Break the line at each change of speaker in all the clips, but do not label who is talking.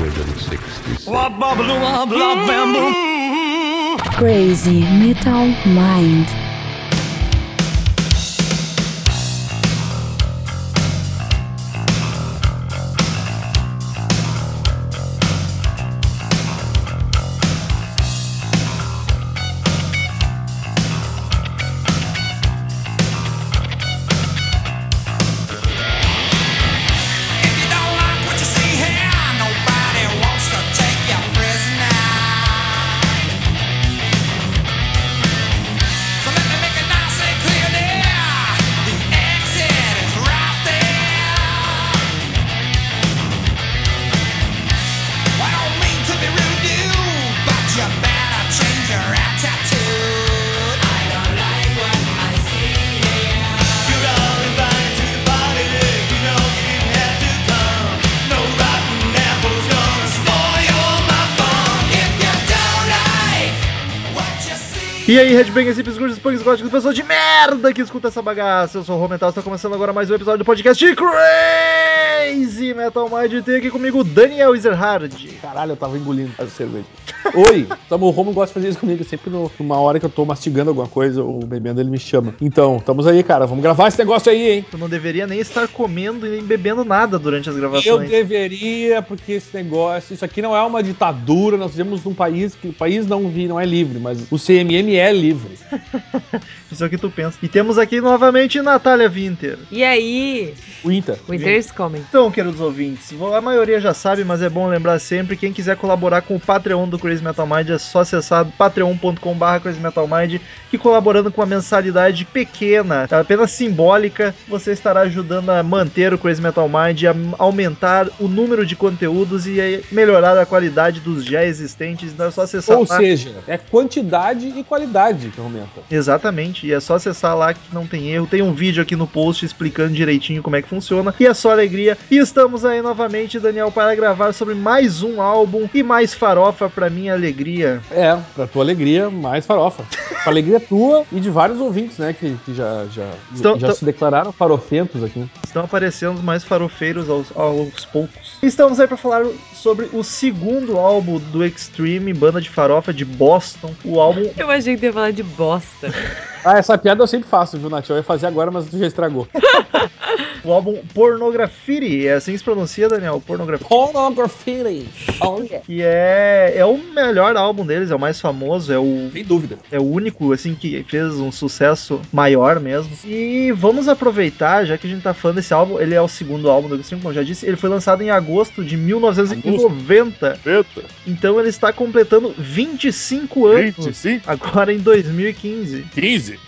160.
Crazy Metal Mind.
If you don't like what you see here, nobody wants to take you prisoner. So let me make it nice and clear there. The exit is right there. I don't mean to be rude to you, but you better change your attitude. I don't like what I see here. You're all invited to the party. You know you didn't have to come. No rotten apples gonna spoil my fun. If you don't like what you see.
E aí, Redbangers, hippies, gurus, punks, góticos, pessoas de merda que escuta essa bagaça. Eu sou o Rô Metal, está começando agora mais um episódio do podcast de Crazy Metal Mind. E Tem aqui comigo o Daniel Ezerhard.
Caralho, eu tava engolindo a cerveja. Oi, tamo, o Romo gosta de fazer isso comigo. Sempre no- numa hora que eu tô mastigando alguma coisa ou bebendo, ele me chama. Então, estamos aí, cara. Vamos gravar esse negócio aí, hein?
Tu não deveria nem estar comendo e nem bebendo nada durante as
Eu
gravações.
deveria, porque esse negócio, isso aqui não é uma ditadura, nós vivemos num país que o país não, vi, não é livre, mas o CMM é livre.
Isso é o que tu pensa. E temos aqui novamente Natália Winter.
E aí,
O Inter.
Withers Coming.
Então, queridos ouvintes, vo- a maioria já sabe, mas é bom lembrar sempre, quem quiser colaborar com o Patreon do Crazy Metal Mind é só acessar patreon.com.br Crazy Metal Mind e colaborando com uma mensalidade pequena, apenas simbólica, você estará ajudando a manter o Crazy Metal Mind, a m- aumentar o número de conteúdos e eh, melhorar a qualidade dos já existentes, então é só acessar
Ou
lá.
seja, é quantidade e qualidade que aumenta.
Exatamente, e é só acessar lá que não tem erro. Tem um vídeo aqui no post explicando direitinho como é que funciona. E é só alegria. E estamos aí novamente, Daniel, para gravar sobre mais um álbum e mais farofa pra minha alegria.
É, pra tua alegria, mais farofa. Pra alegria tua e de vários ouvintes, né, que, que já, já,
Então,
já
então-
se declararam farofentos aqui.
Estão aparecendo mais farofeiros aos, aos poucos. Estamos aí para falar sobre o segundo álbum do Extreme, banda de farofa de Boston. O álbum
Eu achei que tu ia falar de bosta.
Ah, essa piada eu sempre faço, viu, Nath? Eu ia fazer agora, mas tu já estragou.
O álbum Pornografiri, é assim que se pronuncia, Daniel? Pornografiri.
Pornography. Olha.
E é, é o melhor álbum deles, é o mais famoso, é o
Sem dúvida.
é o único assim que fez um sucesso maior mesmo. E vamos aproveitar, já que a gente tá falando desse álbum, ele é o segundo álbum do Extreme, como eu já disse, ele foi lançado em agosto de 1990. Então ele está completando 25 anos.
25,
Agora em 2015.
15,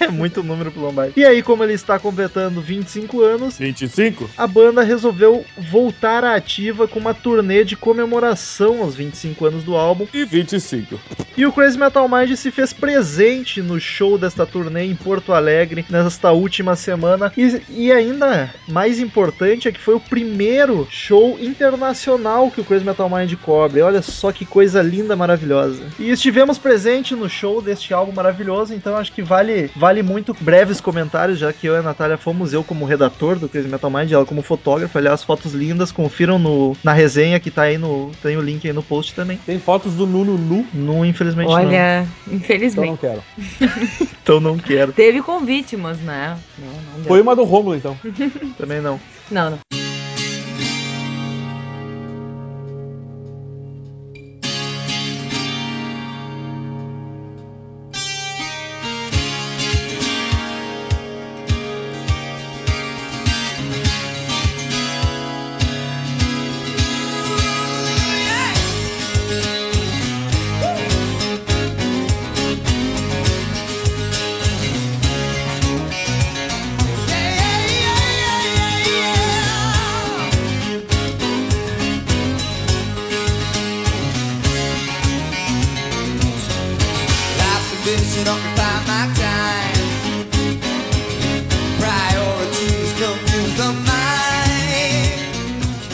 É muito número pro Lombardi. E aí, como ele está completando 25 anos,
25.
a banda resolveu voltar à ativa com uma turnê de comemoração aos 25 anos do álbum.
E 25.
E o Crazy Metal Mind se fez presente no show desta turnê em Porto Alegre nesta última semana. E, e ainda mais importante é que foi o primeiro show internacional que o Crazy Metal Mind cobre. Olha só que coisa linda, maravilhosa. E estivemos presente no show deste álbum maravilhoso, então acho que vale, vale muito breves comentários, já que eu e a Natália fomos eu como redator do Crazy Metal Mind, ela como fotógrafa. Aliás, fotos lindas, confiram no, na resenha que tá aí no. Tem o link aí no post também.
Tem fotos do Nuno nu,
Não, infelizmente não.
Olha,
então
infelizmente.
não quero.
Então não quero,
Teve convite, mas né? Não, não deu.
Foi uma do Rômulo, então.
também não.
Não, não.
Yeah, yeah, yeah, yeah, yeah, yeah.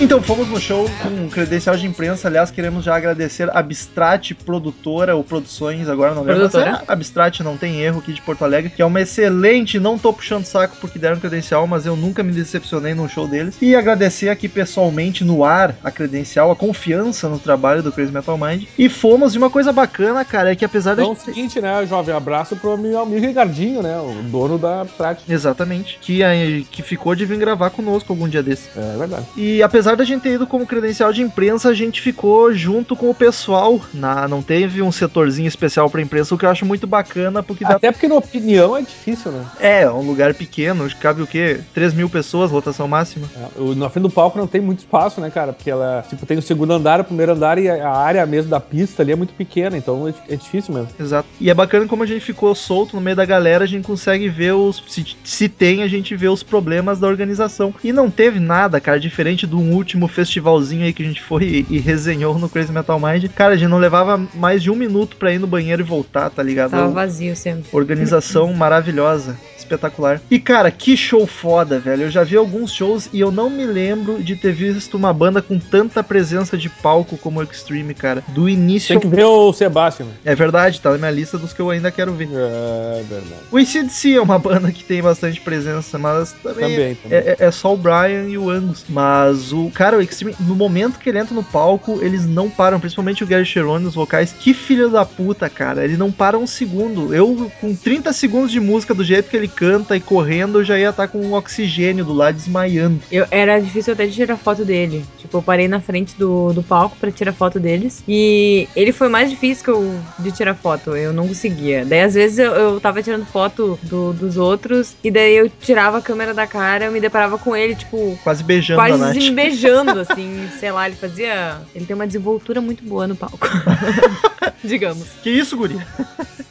Então fomos no show com credencial de imprensa. Aliás, queremos já agradecer a Abstrat Produtora ou Produções, agora não lembro. mas
Produtora?
é a Abstrat não tem erro aqui de Porto Alegre, que é uma excelente, não tô puxando saco porque deram credencial, mas eu nunca me decepcionei num show deles. E agradecer aqui pessoalmente no ar a credencial, a confiança no trabalho do Crazy Metal Mind. E fomos, e uma coisa bacana, cara, é que apesar da
Então é o
gente ter-
seguinte, né, jovem? Abraço pro meu amigo Ricardinho, né? O dono da Abstract.
Exatamente. Que, eh, que ficou de vir gravar conosco algum dia desse.
É verdade.
E apesar da gente ter ido como credencial de imprensa, a gente ficou junto com o pessoal. Na, não teve um setorzinho especial pra imprensa, o que eu acho muito bacana, porque dá.
Até porque na opinião é difícil, né?
É, é um lugar pequeno, cabe o quê? 3 mil pessoas, rotação máxima.
É, o- Na frente do palco não tem muito espaço, né, cara? Porque ela, tipo, tem o segundo andar, o primeiro andar e a a área mesmo da pista ali é muito pequena, então é, di- é difícil mesmo.
Exato. E é bacana como a gente ficou solto no meio da galera, a gente consegue ver os. Se, se tem, a gente vê os problemas da organização. E não teve nada, cara, diferente do último festivalzinho aí que a gente foi e, e resenhou no Crazy Metal Mind. Cara, a gente não levava mais de um minuto pra ir no banheiro e voltar, tá ligado?
Tava vazio sempre.
Organização maravilhosa, espetacular. E cara, que show foda, velho. Eu já vi alguns shows e eu não me lembro de ter visto uma banda com tanta presença de palco como o Extreme, cara. Do início.
Tem que ver o Sebastian.
É verdade, tá na minha lista dos que eu ainda quero ver.
É verdade.
O ICDC é uma banda que tem bastante presença, mas também.
Também, também.
É, é- é só o Brian e o Angus. Mas o. Cara, o Extreme, no momento que ele entra no palco, eles não param. Principalmente o Gary Cherone nos vocais. Que filho da puta, cara. Ele não para um segundo. Eu, com 30 segundos de música, do jeito que ele canta e correndo, eu já ia estar com um oxigênio do lado desmaiando.
Eu, era difícil até de tirar foto dele. Tipo, eu parei na frente do, do palco pra tirar foto deles. E ele foi mais difícil que eu, de tirar foto. Eu não conseguia. Daí, às vezes, eu, eu tava tirando foto do- dos outros. E daí eu tirava a câmera da cara, eu me deparava com ele, tipo,
Quase beijando a
quase
Nath.
me beijando, assim. sei lá, ele fazia. Ele tem uma desenvoltura muito boa no palco. Digamos.
Que isso, guri?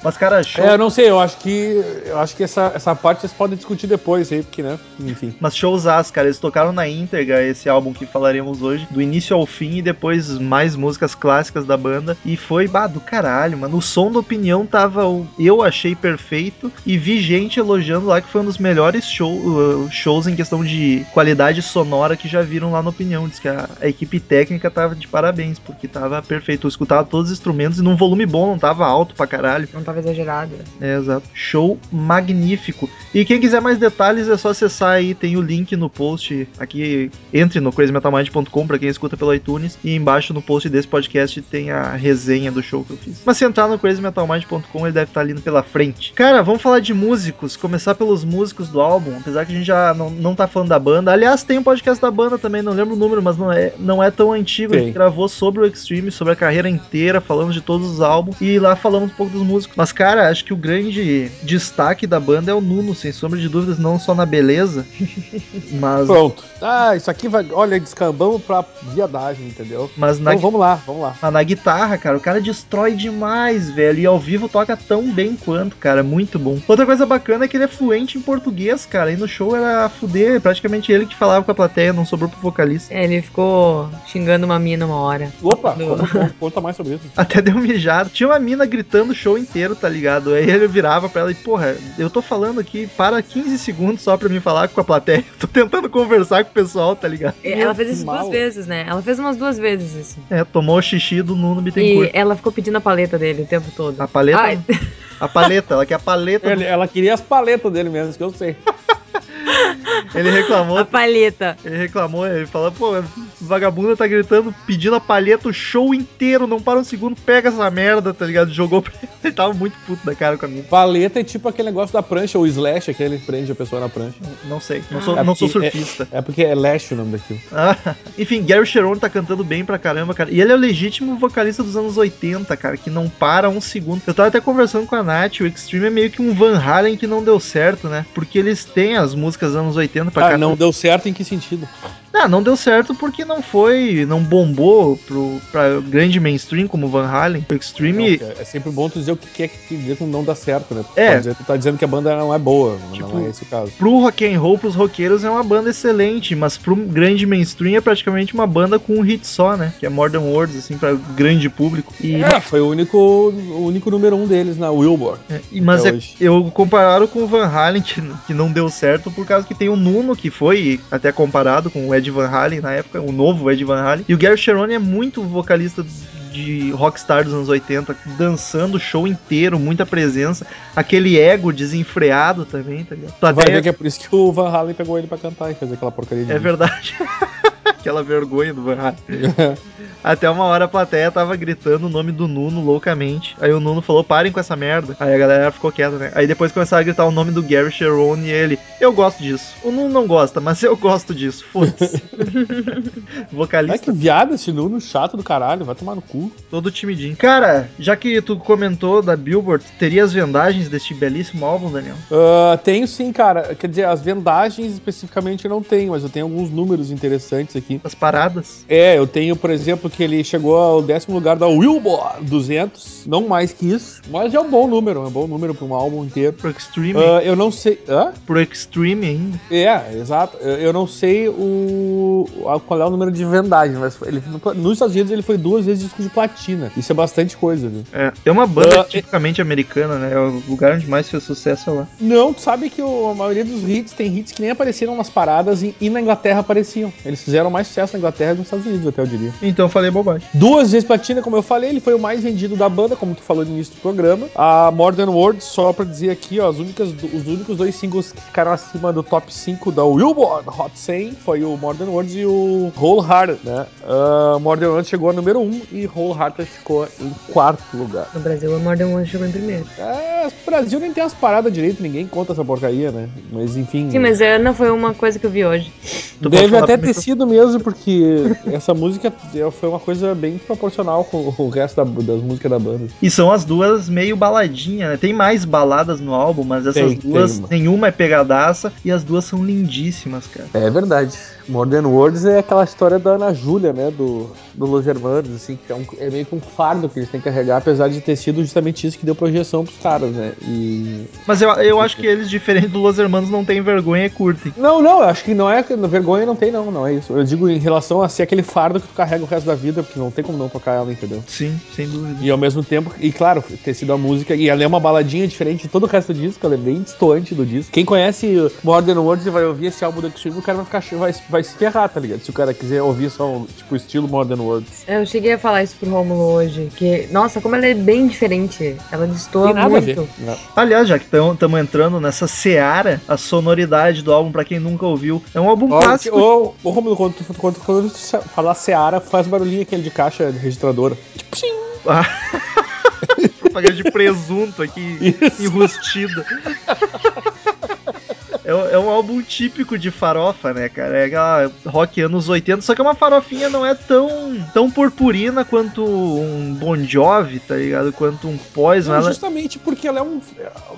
Mas, cara, show.
É, eu não sei, eu acho que. Eu acho que essa, essa parte vocês podem discutir depois aí, porque, né? Enfim.
Mas showzás, cara, eles tocaram na íntegra esse álbum que falaremos hoje, do início ao fim e depois mais músicas clássicas da banda. E foi, bah, do caralho, mano. O som da opinião tava, o- eu achei perfeito e vi gente elogiando lá que foi um dos melhores show, uh, shows em questão de qualidade sonora que já viram lá na opinião. Diz que a, a equipe técnica tava de parabéns, porque tava perfeito. Eu escutava todos os instrumentos e num volume bom, não tava alto pra caralho.
Não tava exagerado.
É, exato. Show magnífico. E quem quiser mais detalhes é só acessar aí, tem o link no post aqui. Entre no crazymetalmind.com pra quem escuta pelo iTunes. E embaixo no post desse podcast tem a resenha do show que eu fiz. Mas se entrar no crazymetalmind.com, ele deve estar ali pela frente. Cara, vamos falar de músicos. Começar pelos músicos do álbum, apesar que a gente já não, não tá falando da banda. Aliás, tem um podcast da banda também, não lembro o número, mas não é, não é tão antigo. A gente
Tem.
gravou sobre o Extreme, sobre a carreira inteira, falamos de todos os álbuns e lá falamos um pouco dos músicos. Mas, cara, acho que o grande destaque da banda é o Nuno, sem sombra de dúvidas, não só na beleza, mas,
Pronto. Ah, isso aqui vai. Olha, descambamos pra viadagem, entendeu?
mas na
Então vamos lá, vamos lá.
Mas na guitarra, cara, o cara destrói demais, velho. E ao vivo toca tão bem quanto, cara. Muito bom. Outra coisa bacana é que ele é fluente em português, cara. E no show era a fuder. Praticamente ele que falava com a plateia, não sobrou pro vocalista.
É, ele ficou xingando uma mina uma hora.
Opa,
Não.
conta, conta mais sobre isso.
Até deu um mijado. Tinha uma mina gritando o show inteiro, tá ligado? Aí ele virava pra ela e, porra, eu tô falando aqui para 15 segundos só pra me falar com a plateia. Tô tentando conversar com o pessoal, tá ligado?
É, Ela fez
que
isso
mal.
duas vezes, né? Ela fez umas duas vezes isso.
É, tomou o xixi do Nuno
e
Bittencourt.
ela ficou pedindo a paleta dele o tempo todo.
A paleta?
Ai,
A paleta, ela quer a paleta.
Ele-
do-
ela queria as paletas dele mesmo, isso que eu sei.
Ele reclamou
a paleta.
Ele reclamou, ele falou, pô, vagabunda tá gritando, pedindo a palheta o show inteiro, não para um segundo, pega essa merda, tá ligado? Jogou pra ele. Ele tava muito puto da cara com a minha.
Paleta é tipo aquele negócio da prancha, o slash, aquele que prende a pessoa na prancha.
Não sei, não sou, não sou
É porque-
surfista.
É porque é lash o nome daquilo.
Ah, enfim, Gary Cherone tá cantando bem pra caramba, cara. E ele é o legítimo vocalista dos anos 80, cara, que não para um segundo. Eu tava até conversando com a Nath, o Extreme é meio que um Van Halen que não deu certo, né? Porque eles têm as músicas dos anos 80 pra
Ah,
cá.
não deu certo em que sentido?
Ah, não deu certo porque não foi, não bombou pro, pra grande mainstream como Van Halen. O Extreme,
Não, é é sempre bom tu dizer o que quer que dizer que não dá certo, né?
É.
Pode dizer- tu tá dizendo que a banda não é boa,
Tipo-
não é esse o caso.
pro rock and roll, pros roqueiros é uma banda excelente, mas pro grande mainstream é praticamente uma banda com um hit só, né? Que é Modern Words, assim, pra grande público. E,
É, foi o único, o único número um deles na Wilbur.
é, e- mas
até
é-
hoje.
eu compararam com o Van Halen, que, que não deu certo, por causa que tem o Nuno, que foi até comparado com o Ed Ed Van Halen na época, o novo Ed Van Halen. E o Gary Cherone é muito vocalista de rockstar dos anos 80, dançando o show inteiro, muita presença, aquele ego desenfreado também, tá ligado?
Vai
Plateia-
ver que é por isso que o Van Halen pegou ele pra cantar e fazer aquela porcaria de
É verdade. Aquela vergonha do Van Halen. Até uma hora a plateia tava gritando o nome do Nuno loucamente. Aí o Nuno falou, parem com essa merda. Aí a galera ficou quieta, né? Aí depois começaram a gritar o nome do Gary Cherone e ele, eu gosto disso. O Nuno não gosta, mas eu gosto disso. Foda-se.
É
Vocalista
que viado esse Nuno, chato do caralho, vai tomar no cu.
todo timidinho. Cara, já que tu comentou da Billboard, teria as vendagens deste belíssimo álbum, Daniel?
Ah, tenho sim, cara. Quer dizer, as vendagens especificamente eu não tenho, mas eu tenho alguns números interessantes aqui.
As paradas?
É, eu tenho, por exemplo, que ele chegou ao décimo lugar da Billboard 200, não mais que isso, mas é um bom número, é um bom número para um álbum inteiro.
Pro Extreme?
Ah, eu não sei. Hã?
Pro Extreme ainda?
É, exato. Eu eu não sei o a- qual é o número de vendagem, mas ele, nos Estados Unidos ele foi duas vezes disco de platina. Isso é bastante coisa, né?
É, é uma banda
Ah,
tipicamente americana, né? É o lugar onde mais fez sucesso é lá.
Não, tu sabe que o- a maioria dos hits tem hits que nem apareceram nas paradas e, e na Inglaterra apareciam. Eles fizeram mais sucesso na Inglaterra do que nos Estados Unidos, até eu diria.
Então eu falei bobagem.
Duas vezes platina, como eu falei, ele foi o mais vendido da banda, como tu falou no início do programa. A Modern World, só pra dizer aqui, ó, as únicas, os únicos dois singles que ficaram acima do top 5 da Billboard Hot 100 foi o Modern World e o Whole Hearted, né? Ah, Modern World chegou a número 1 um, e Whole Hearted ficou em quarto lugar.
No Brasil, a Modern One um chegou em primeiro.
É, o Brasil nem tem as paradas direito, ninguém conta essa porcaria, né? Mas enfim.
Sim, mas é, não foi uma coisa que eu vi hoje.
Tu Então pode
Deve
falar
até
pro
ter
micro-
sido mesmo, porque essa música é, foi uma coisa bem proporcional com o resto da- das músicas da banda.
E são as duas meio baladinha, né? Tem mais baladas no álbum, mas essas
Tem, tem
duas,
uma.
nenhuma é pegadaça e as duas são lindíssimas, cara.
É verdade. Modern Words é aquela história da Ana Júlia, né? Do, do Los Hermanos, assim, que é, um- é meio que um fardo que eles têm que carregar, apesar de ter sido justamente isso que deu projeção pros caras, né? E.
Mas eu, eu acho que eles, diferente do Los Hermanos, não têm vergonha e curtem.
Não, não, eu acho que não é. Vergonha não tem, não, não é isso. Eu digo em relação a ser aquele fardo que tu carrega o resto da vida, porque não tem como não tocar ela, entendeu?
Sim, sem dúvida.
E ao mesmo tempo, e claro, ter sido a música, e ela é uma baladinha diferente de todo o resto do disco, ela é bem distoante do disco. Quem conhece Modern Words e vai ouvir esse álbum do Extreme, o cara vai, ficar, ch- vai, vai se ferrar, tá ligado? Se o cara quiser ouvir só, o, tipo, estilo Modern Words.
Eu cheguei a falar isso pro Romulo hoje, que, nossa, como ela é bem diferente. Ela destoa
Tem nada a ver.
muito.
Não.
Aliás, já que estamos entrando nessa seara, a sonoridade do álbum, pra quem nunca ouviu, é um álbum
Ó, que-
clássico.
Ô, ô, Romulo, quando tu, quando, quando tu sa- falar Seara, faz barulhinho aquele de caixa registradora. Tipo, sim.
propaganda de presunto aqui
Isso.
enrustida. É, um- é um álbum típico de farofa, né, cara? É aquela rock anos 80, só que é uma farofinha não é tão, tão purpurina quanto um Bon Jovi, tá ligado? Quanto um Poison.
Não,
ela-
Justamente porque ela é um.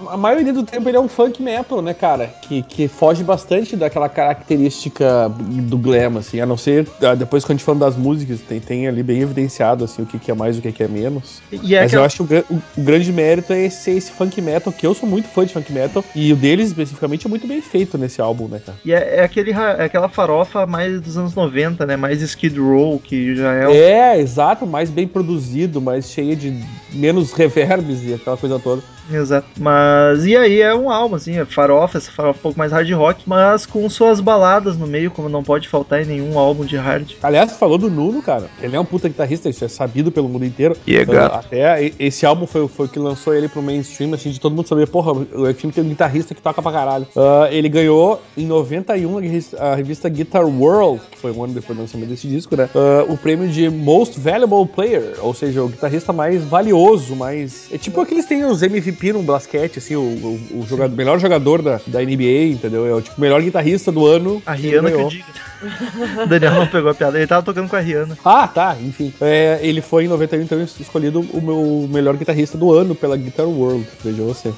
A maioria do tempo ele é um funk metal, né, cara? Que, que foge bastante daquela característica do glam, assim. A não ser. ah, Depois, quando a gente falando das músicas, tem, tem ali bem evidenciado, assim, o que, que é mais e o que, que é menos.
E é
Mas eu
aquela...
acho que o, gra- o- o grande mérito é esse, esse funk metal, que eu sou muito fã de funk metal. E o deles, especificamente, é muito bem feito nesse álbum, né, cara?
E é, é aquele, ra- é aquela farofa mais dos anos 90, né? Mais Skid Row, que já é um-
É, exato, mais bem produzido, mais cheio de menos reverbs e aquela coisa toda.
um, Exato. Mas e aí é um álbum, assim, é farofa, essa farofa um pouco mais hard rock, mas com suas baladas no meio, como não pode faltar em nenhum álbum de hard.
Aliás, falou do Nuno, cara. Ele é um puta guitarrista, isso é sabido pelo mundo inteiro.
E é gato.
Então, Até e- esse álbum foi, foi o que lançou ele pro mainstream, assim, de todo mundo saber, porra, o Extreme tem um guitarrista que toca pra caralho. Ah, ele ganhou em 91 a revis- a revista Guitar World, que foi um ano depois do lançamento desse disco, né? ah, o prêmio de Most Valuable Player, ou seja, o guitarrista mais valioso, mais. É tipo aqueles que têm os MVP no basquete, assim, o, o- o jogador- melhor jogador da, da NBA, entendeu? É o tipo, melhor guitarrista do ano.
A
que ele
Rihanna que eu
ganhou.
diga. O Daniel não pegou a piada, ele tava tocando com a Rihanna.
Ah, tá, enfim. É, ele foi em 91, então, escolhido o meu melhor guitarrista do ano pela Guitar World. Veja você.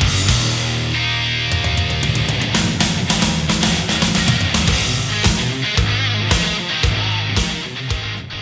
Sex.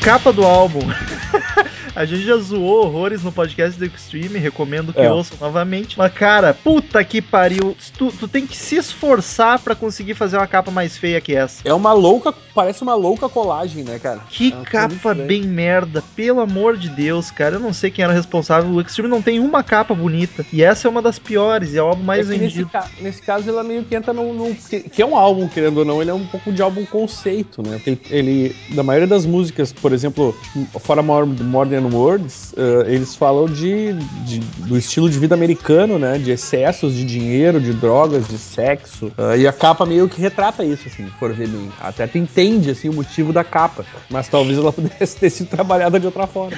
Capa do álbum. A gente já zoou horrores no podcast do Extreme, recomendo que
É.
ouçam novamente. Mas, cara, puta que pariu. Tu, tu tem que se esforçar pra conseguir fazer uma capa mais feia que essa.
É uma louca, parece uma louca colagem, né, cara?
Que
É uma coisa muito
capa
estranha.
bem merda, pelo amor de Deus, cara. Eu não sei quem era responsável. O Extreme não tem uma capa bonita. E essa é uma das piores, e é o álbum mais
É que nesse,
vendido.
ca- nesse caso, ela meio que entra num. num- que, que é um álbum, querendo ou não, ele é um pouco de álbum conceito, né? Porque ele, ele- da maioria das músicas, por exemplo, fora Mor- Modern Words, eh, eles falam de, de- do estilo de vida americano, né? De excessos, de dinheiro, de drogas, de sexo. Ah, e a capa meio que retrata isso, assim, se for ver bem. Até tu entende, assim, o motivo da capa. Mas talvez ela pudesse ter sido trabalhada de outra forma.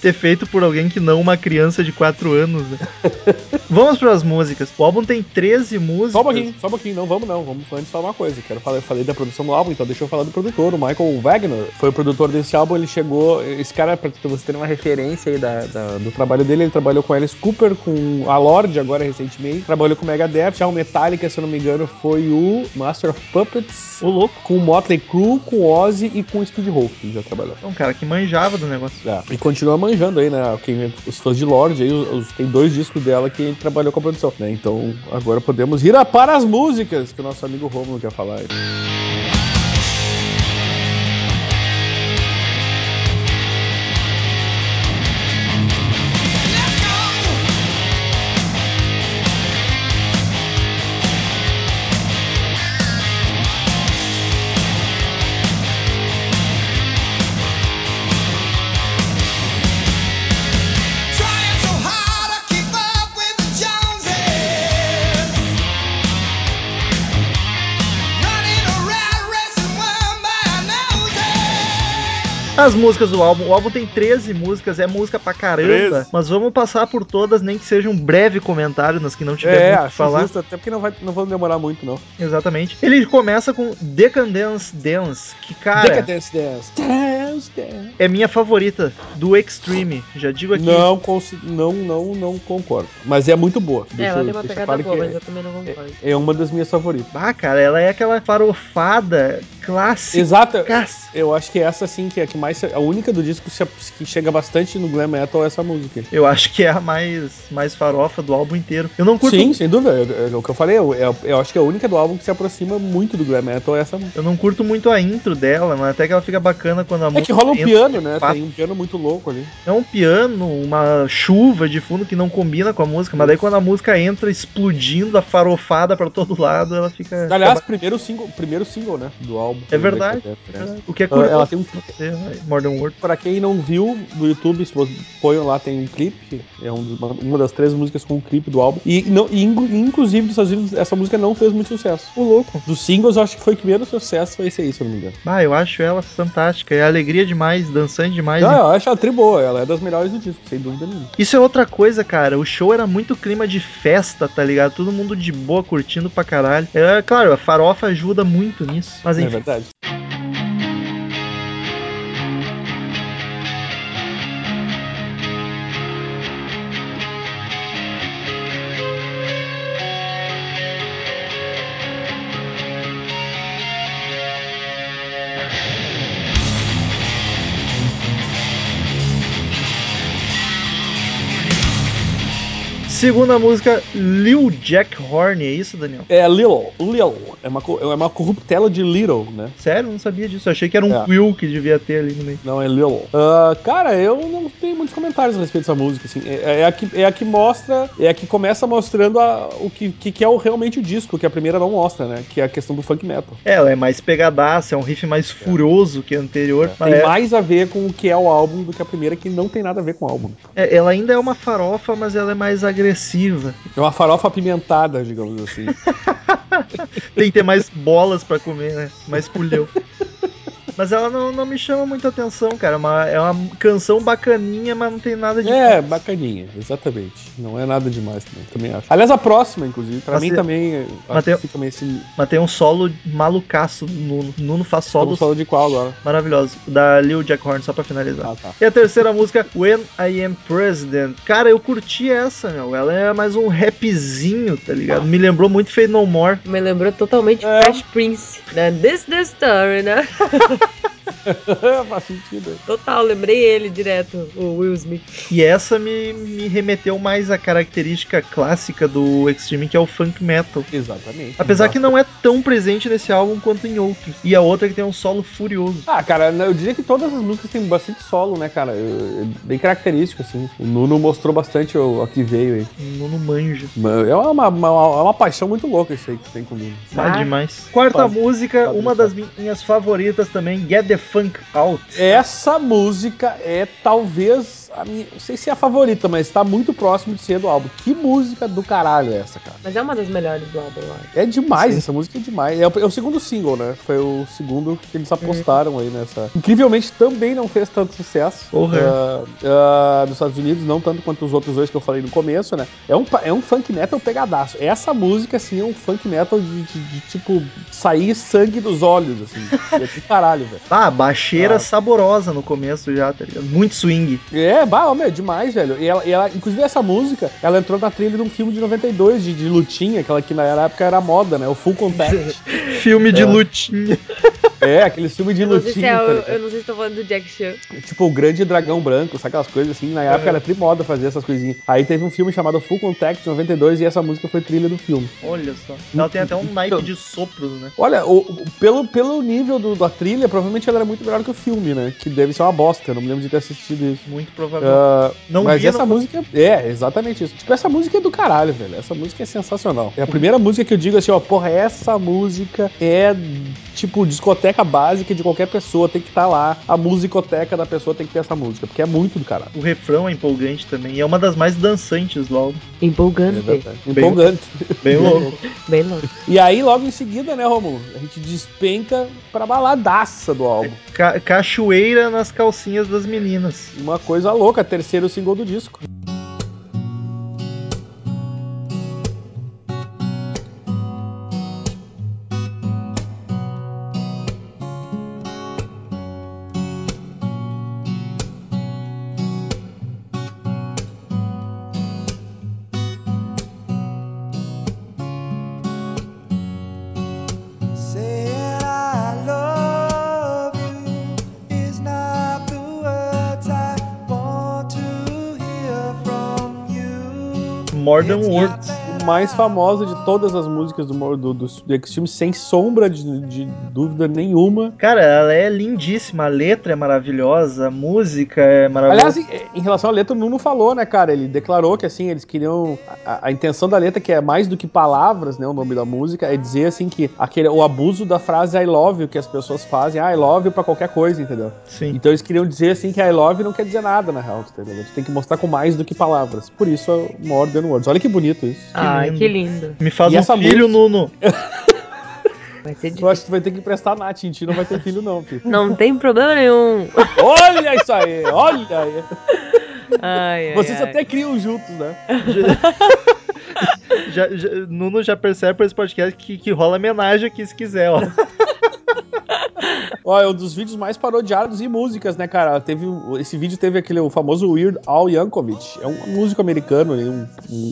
Ter feito por alguém que não uma criança de 4 anos, né? Vamos pras músicas. O álbum tem 13 músicas.
Só um pouquinho, só um pouquinho, não vamos não, vamos antes falar uma coisa. Quero falar, eu falei da produção do álbum, então deixa eu falar do produtor, o Michael Wagner. Foi o produtor desse álbum, ele chegou. Esse cara, pra você ter uma referência aí da- da- do trabalho dele, ele trabalhou com Alice Cooper, com a Lorde agora recentemente, trabalhou com o Megadeth, já o Metallica, se eu não me engano, foi o Master of Puppets,
Ô, louco.
com o Motley Crue, com o Ozzy e com o Speed Hope, ele já trabalhou.
Então, cara, que manjava do negócio.
É, E continua manjando aí, né? Quem, os fãs de Lorde aí, os- os- tem dois discos dela que ele trabalhou com a produção, né? Então agora podemos ir a- para as músicas que o nosso amigo Romulo quer falar. aí.
Trying so hard to keep up with the Joneses. Running around racing one by our noses.
As músicas do álbum. O álbum tem 13 músicas, é música pra caramba.
13.
Mas vamos passar por todas, nem que seja um breve comentário nas que não tiver
É,
muito o
acho
que falar.
justo, até porque não, vai, não vamos demorar muito, não.
Exatamente. Ele começa com Decadence Dance, que, cara,
Decadence Dance. Dance, dance.
é minha favorita do Extreme. Já digo aqui.
Não, consi- não, não, não concordo. Mas é muito boa.
É,
Deixa
ela
eu-
tem uma
deixa
pegada
claro
boa,
que
mas eu também não concordo.
é, é uma das minhas favoritas.
Ah, cara, ela é aquela farofada clássica.
Exato. Eu acho que essa, assim, que é a que mais. A única do disco se- que chega bastante no glam metal é essa música.
Eu acho que é a mais, mais farofa do álbum inteiro. Eu não curto
Sim, sem dúvida. É, é o que eu falei. Eu, eu- eu acho que é a única do álbum que se aproxima muito do glam metal é essa música.
Eu não curto muito a intro dela, mas até que ela fica bacana quando a
É
música
que rola um
entra.
piano, né?
fato.
Tem um piano muito louco ali.
É um piano, uma chuva de fundo que não combina com a música, mas daí quando a música entra explodindo a farofada pra todo lado, ela fica.
Aliás, primeiro single, primeiro single, né? Do álbum.
É verdade.
Né?
o que é curioso
Ela tem um
é, Modern World.
Pra quem não viu do YouTube, se vocês ponham lá, tem um clipe. É um dos- uma das três músicas com o clipe do álbum. E, não, e inclu- inclusive, nos Estados Unidos, essa música não fez muito sucesso.
Ô louco.
Dos singles, eu acho que foi o primeiro sucesso, foi esse aí, se eu não me engano.
Ah, eu acho ela fantástica. É alegria demais, dançante demais.
Não,
né?
eu acho a tri boa, ela é das melhores do disco, sem dúvida nenhuma.
Isso é outra coisa, cara. O show era muito clima de festa, tá ligado? Todo mundo de boa, curtindo pra caralho. É, claro, a farofa ajuda muito nisso. Mas
É
enfim.
verdade.
Segunda música, Lil Jack Horn. É isso, Daniel?
É Lil, Lil. É uma, co- é uma corruptela de Little, né?
Sério? Eu Não sabia disso. Eu achei que era um
É.
Quill que devia ter ali no meio.
Não, é Lil. Ah, cara, eu não tenho muitos comentários a respeito dessa música, assim. É, é a, que, é a que mostra, é a que começa mostrando a- o que, que, que é o, realmente o disco, que a primeira não mostra, né? Que é a questão do funk metal.
É, Ela é mais pegadaça, é um riff mais furoso que a anterior. mas
Tem
é-
mais a ver com o que é o álbum do que a primeira, que não tem nada a ver com o álbum.
é- ela ainda é uma farofa, mas ela é mais agressiva.
É uma farofa apimentada, digamos assim.
Tem que ter mais bolas pra comer, né? Mais pulhão. Mas ela não, não me chama muita atenção, cara. É uma, é uma canção bacaninha, mas não tem nada de.
é, bacaninha, exatamente. Não é nada demais também, também acho. Aliás, a próxima, inclusive, pra
Mas
mim
tem-
também, acho
mas tem-
que fica meio assim, esse...
Mas tem um solo malucaço do Nuno. Nuno faz
Estamos
solos
falando de qual agora?
maravilhosos. Da Lil Jack Horn, só pra finalizar.
Ah, tá.
E a terceira música, When I Am President. Cara, eu curti essa, meu. Ela é mais um rapzinho, tá ligado? Me lembrou muito Fade No More.
Me lembrou totalmente
É.
Fresh Prince. Né? This the story, né?
Faz sentido.
Total, lembrei ele direto, o Will Smith.
E essa me, me remeteu mais à característica clássica do Extreme, que é o funk metal.
Exatamente.
Apesar que não é tão presente nesse álbum quanto em outros. E a outra que tem um solo furioso.
Ah, cara, eu diria que todas as músicas têm bastante solo, né, cara? Eu- é Bem característico, assim. O Nuno mostrou bastante o, o que veio aí.
Não não um manjo.
Mas É uma, uma- uma- é uma paixão muito louca isso aí que tem comigo.
Tá
Ah.
demais. Quarta
Pode-
música,
pode
uma
deixar.
das minhas favoritas também, Get the Funk Out.
Essa música é talvez a minha. Não sei se é a favorita, mas tá muito próximo de ser do álbum. Que música do caralho é essa, cara?
Mas é uma das melhores do álbum, eu acho.
É demais,
Sim.
essa música é demais. É o, é o segundo single, né? Foi o segundo que eles apostaram aí nessa. Incrivelmente também não fez tanto sucesso
Porra.
ah, ah, nos Estados Unidos, não tanto quanto os outros dois que eu falei no começo, né? É um, pa- é um funk metal pegadaço. Essa música, assim, é um funk metal de, de- de, tipo sair sangue dos olhos, assim. é do caralho, velho.
Ah, baixeira
Ah.
saborosa no começo já, tá ligado? Muito swing.
É, bah, ô, meu, demais, velho. E ela, e ela- inclusive, essa música, ela entrou na trilha de um filme de 92, de, de lutinha, aquela que na época era moda, né? O Full Contact.
Filme de
É.
lutinha.
é, aquele filme de
Eu não, sei se
lutinha.
é,
tá
eu,
ligado?
eu não sei se tô falando do Jack Chan.
Tipo, o grande dragão branco, sabe aquelas coisas assim? Na época era trimoda fazer essas coisinhas. Aí teve um filme chamado Full Contact 92 e essa música foi trilha do filme.
Olha só. Ela tem até um naipe de sopros, né?
Olha, o- o- pelo, pelo nível do- da trilha, provavelmente ela era muito melhor que o filme, né? Que deve ser uma bosta, eu não me lembro de ter assistido isso.
Muito provavelmente.
Ah,
não
mas
vi,
essa
não-
música. É, exatamente isso. Tipo, essa música é do caralho, velho. Essa música é sensacional. É a primeira música que eu digo assim, ó, porra, essa música é tipo discoteca básica de qualquer pessoa, tem que estar lá. A musicoteca da pessoa tem que ter essa música, porque é muito do caralho.
O refrão é empolgante também. E é uma das mais dançantes do álbum.
É
Empolgante.
verdade. Empolgante.
Bem louco.
Bem louco.
E aí, logo em seguida, né, Romulo? A gente despenca pra baladaça do álbum.
Ca- cachoeira nas calcinhas das meninas.
Uma coisa louca, terceiro single do disco.
Saying I love you is not the words I want to hear from you.
Modern Words.
O mais famosa de todas as músicas do, do, do, do X-Team, sem sombra de, de dúvida nenhuma.
Cara, ela é lindíssima, a letra é maravilhosa, a música é
Aliás,
maravilhosa.
em, em relação à letra, o Nuno falou, né, cara? Ele declarou que, assim, eles queriam... A, a intenção da letra, que é mais do que palavras, né, o nome da música, é dizer, assim, que aquele, o abuso da frase I love you que as pessoas fazem. Ah, I love you pra qualquer coisa, entendeu?
Sim.
Então eles queriam dizer assim que I love não quer dizer nada na real, entendeu? A gente tem que mostrar com mais do que palavras. Por isso é More Than Words. Olha que bonito isso.
Ai,
lindo.
que lindo.
Me faz
E
um
essa
filho, Nuno.
Vai ser
Eu
difícil.
acho que tu vai ter que emprestar a Nath, em ti não vai ter filho não, filho.
Não tem problema nenhum.
Olha isso aí, olha aí.
Ai,
É.
ai,
Vocês
ai.
até criam juntos, né?
Já, já- Nuno já percebe por esse podcast que, que rola homenagem aqui se quiser, ó.
Ó, é um dos vídeos mais parodiados e músicas, né, cara? Teve, esse vídeo teve aquele o famoso Weird Al Yankovic. É um músico americano, né, um,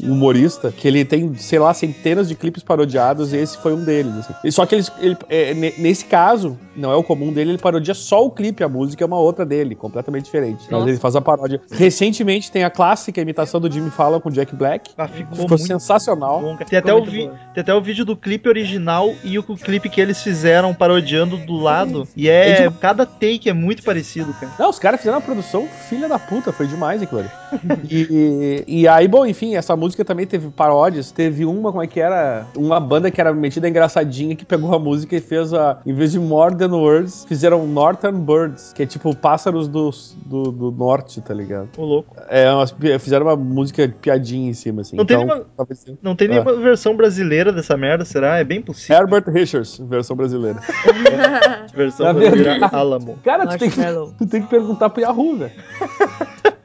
um humorista, que ele tem, sei lá, centenas de clipes parodiados e esse foi um deles. assim. E Só que eles, ele, é, ne- nesse caso, não é o comum dele, ele parodia só o clipe, a música é uma outra dele, completamente diferente. Mas
Nossa.
ele faz a paródia. Recentemente tem a clássica imitação do Jimmy Fallon com Jack Black.
Ah, ficou,
Ficou
muito
sensacional.
bom, cara. Tem até,
Ficou
o
muito
vi-
boa.
tem até o vídeo do clipe original e o clipe que eles fizeram parodiando do lado. E
É
é. Cada take é muito parecido, cara.
Não, os caras fizeram uma produção filha da puta, foi demais aquilo ali. E, e aí, bom, enfim, essa música também teve paródias. Teve uma, como é que era? Uma banda que era metida engraçadinha que pegou a música e fez a. Em vez de More Than Words, fizeram Northern Birds, que é tipo pássaros do, do, do norte, tá ligado?
Ô, louco.
É, umas pi- fizeram uma música piadinha em cima, assim.
Não tem
então,
nenhuma-
talvez tenha-
Não tem
É.
nenhuma versão brasileira dessa merda, será? Ah. É bem possível.
Herbert Richards, versão brasileira.
Versão
Na
brasileira
verdade.
Alamo.
Cara, tu tem, que,
Marshmallow.
tu tem que perguntar pro Yahoo, velho.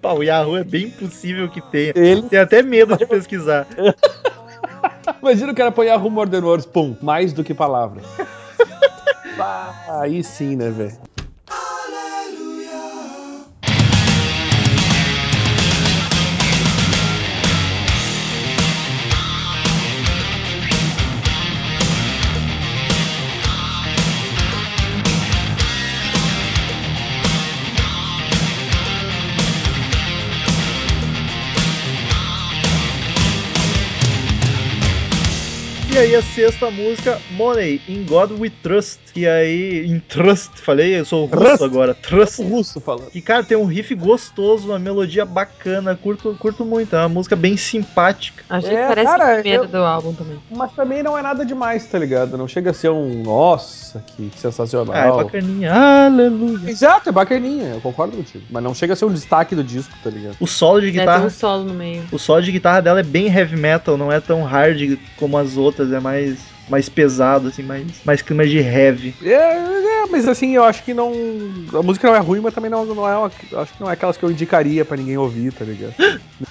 Pá, o Yahoo é bem possível que tenha.
Ele
Tem até medo de pesquisar.
Imagina o cara põe Yahoo Modern Words, pum, mais do que palavras. Ah, Aí sim, né, velho?
E aí a sexta música, Money, In God We Trust. E aí, in Trust, falei, eu sou russo
Trust.
agora, Trust.
O russo falando.
Que, cara, tem um riff gostoso, uma melodia bacana, curto, curto muito, é uma música bem simpática.
Achei
É,
que parece
cara,
a primeira
eu-
do álbum também.
Mas também não é nada demais, tá ligado? Não chega a ser um nossa, que sensacional.
Ah, é bacaninha, aleluia.
Exato, é bacaninha, eu concordo contigo. Mas não chega a ser o destaque do disco, tá ligado?
O solo de
É, tem
guitarra,
um solo no meio.
o solo de guitarra dela é bem heavy metal, não é tão hard como as outras, é mais, mais pesado, assim, mais, mais clima de heavy.
É, é, mas assim, eu acho que não. A música não é ruim, mas também não, não é uma. eu Acho que não é aquelas que eu indicaria pra ninguém ouvir, tá ligado?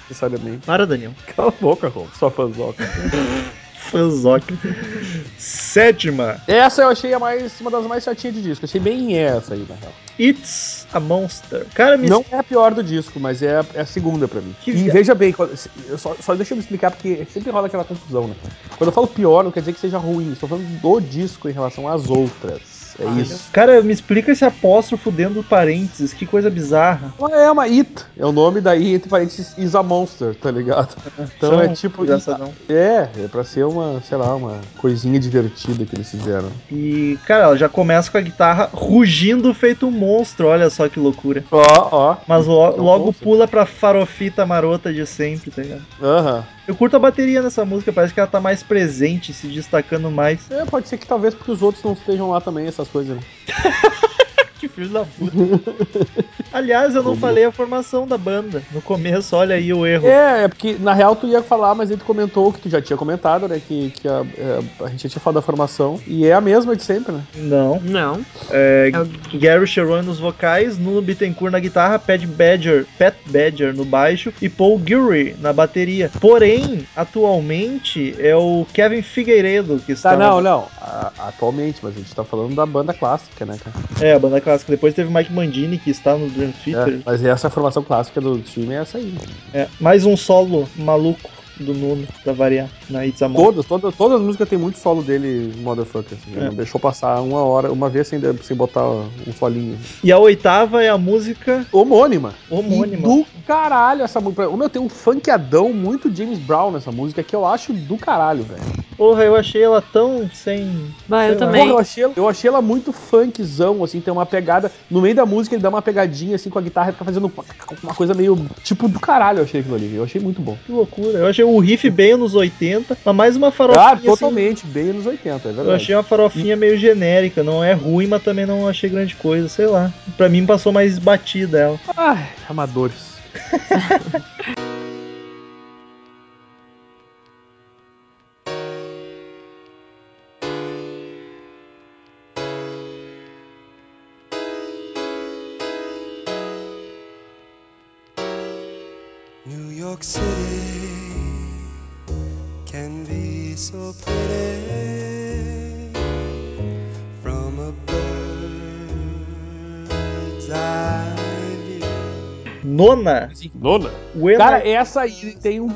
Necessariamente.
Para, Daniel.
Cala a boca, Rô, sua fanzoca.
Fanzoca. Sétima,
Essa eu achei a mais, uma das mais chatinhas de disco. Achei bem essa aí, na real.
It's a Monster. Cara, me
Não é a pior do disco, mas é a, é a segunda pra mim.
Que
e
vi-
veja bem, quando- se- eu só, só deixa eu me explicar, porque sempre rola aquela confusão, né? Quando eu falo pior, não quer dizer que seja ruim. Estou falando do disco em relação às outras. É
Olha.
isso.
Cara, me explica esse apóstrofo dentro do parênteses, que coisa bizarra.
Ela É uma It, é o nome daí, entre parênteses, is a monster, tá ligado? Então é tipo.
engraçadão.
É, é pra ser uma, sei lá, uma coisinha divertida que eles fizeram.
E, cara, ela já começa com a guitarra rugindo feito um monstro, olha só que loucura.
Ó, ó.
Mas lo-
É um
logo
monstro.
pula pra farofita marota de sempre, tá ligado?
Aham.
Eu curto a bateria nessa música, parece que ela tá mais presente, se destacando mais.
É, pode ser que talvez porque os outros não estejam lá também, essas coisas. né?
Que filho da puta. Aliás, eu não
Como?
falei a formação da banda. No começo, olha aí o erro.
É, é porque na real tu ia falar, mas ele comentou o que tu já tinha comentado, né? Que, que a, é, a gente já tinha falado da formação. E é a mesma de sempre, né?
Não.
Não.
É,
É o-
Gary Sharon nos vocais, Nuno Bittencourt na guitarra, Pat Badger, Pat Badger no baixo e Paul Gurry na bateria. Porém, atualmente é o Kevin Figueiredo que está
Tá, não,
na...
não. A- atualmente, mas a gente tá falando da banda clássica, né, cara?
é a banda clássica. Depois teve Mike Mandini que está no Dream Theater.
É, mas essa formação clássica do time é essa aí.
É, Mais um solo maluco do Nuno pra variar na It's a Monster.
Todas, todas, todas as músicas tem muito solo dele, motherfucker. assim,
É.
Não deixou passar uma hora, uma vez sem, sem botar um solinho.
E a oitava é a música
Homônima.
homônima.
E do caralho essa música. O meu tem um funkeadão muito James Brown nessa música que eu acho do caralho, velho.
Porra, eu achei ela tão sem.
Bah,
Porra,
Sei lá.
eu também.
eu achei, eu achei ela muito funkzão, assim, tem uma pegada. No meio da música ele dá uma pegadinha assim com a guitarra e fica fazendo uma coisa meio tipo do caralho, eu achei aquilo ali. Eu achei muito bom.
Que loucura. Eu achei o riff bem anos 80, mas mais uma farofinha.
Ah,
assim,
totalmente, bem nos 80, é verdade.
Eu achei uma farofinha meio genérica, não é ruim, mas também não achei grande coisa, sei lá. Pra mim passou mais batida ela.
Ai, amadores.
New York City can be so pretty from a bird's eye view.
Nona,
Nona.
When
Cara,
I-
essa aí tem um.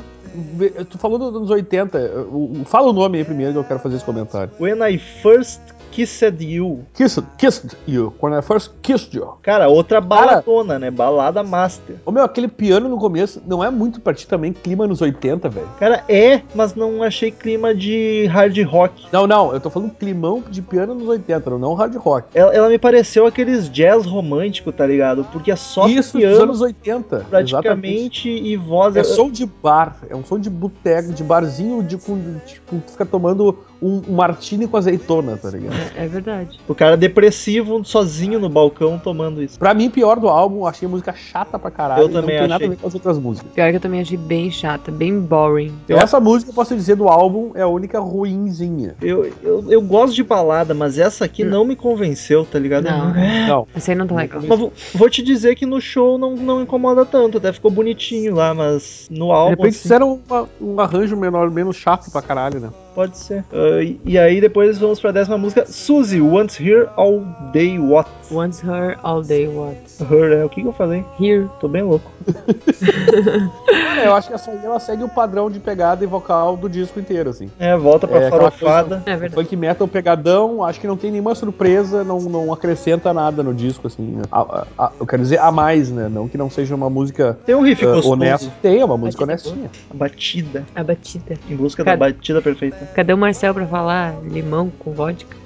Tu falou dos anos 80. o- o- Fala o nome aí primeiro que eu quero fazer esse comentário.
When I First Kissed You.
Kissed, kissed you. When I first kissed you.
Cara, outra
Cara-
baladona, né? Balada master.
Ô meu, aquele piano no começo não é muito pra ti também, clima nos 80, velho.
Cara, é, mas não achei clima de hard rock.
Não, não, eu tô falando climão de piano nos 80, não, não hard rock.
Ela, ela me pareceu aqueles jazz romântico, tá ligado? Porque é só
Isso dos
piano
anos 80. exatamente.
praticamente e voz.
É som de bar, é um som de boteco, de barzinho, de com- tipo, tu fica tomando um martini com azeitona, tá ligado?
É, é verdade.
O cara depressivo, sozinho no balcão, tomando isso.
Pra mim, pior do álbum, achei a música chata pra caralho.
Eu
e
também
não tem nada a
achei.
ver com as outras músicas.
Pior que eu também achei bem chata, bem boring.
Eu-
Essa música, eu posso dizer, do álbum é a única ruinzinha.
Eu, eu, eu gosto de balada, mas essa aqui não me convenceu, tá ligado?
Não.
Não.
Essa aí não tá legal.
Mas vou, vou te dizer que no show não, não incomoda tanto, até ficou bonitinho lá, mas no
De
álbum
repente
assim,
fizeram uma- um arranjo menor, menos chato pra caralho, né?
pode ser. Ah, e, e aí depois vamos pra décima música, Suzy, Once Here All Day What?
Wants her all day, what?
Her, é, o que, que eu falei?
Here.
Tô bem louco.
Cara, É, eu acho que essa aí ela segue o padrão de pegada e vocal do disco inteiro, assim.
É, volta pra
É, aquela
farofada.
É verdade.
Funk metal pegadão, acho que não tem nenhuma surpresa, não, não acrescenta nada no disco, assim. A- a- a- eu quero dizer a mais, né? Não que não seja uma música
Tem um riff
eh,
gostoso.
honesta. Tem, é uma música
Mas
honestinha.
A batida,
A batida.
em busca
Cara-
da batida perfeita.
vodka. Cadê o Marcel pra falar limão com vodka?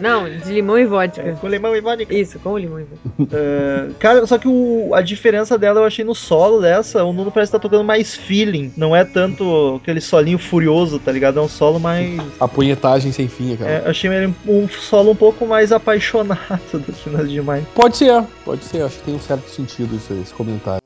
Não, de limão e vodka.
é, Com limão e vodka.
Isso, com limão e vodka.
Cara, só que o- a diferença dela eu achei no solo dessa, o Nuno parece que tá tocando mais feeling. Não é tanto aquele solinho furioso, tá ligado? É um solo mais.
A punhetagem sem fim, cara.
é, achei ele um solo um pouco mais apaixonado do que nas demais.
Pode ser, pode ser. Acho que tem um certo sentido isso aí, esse comentário.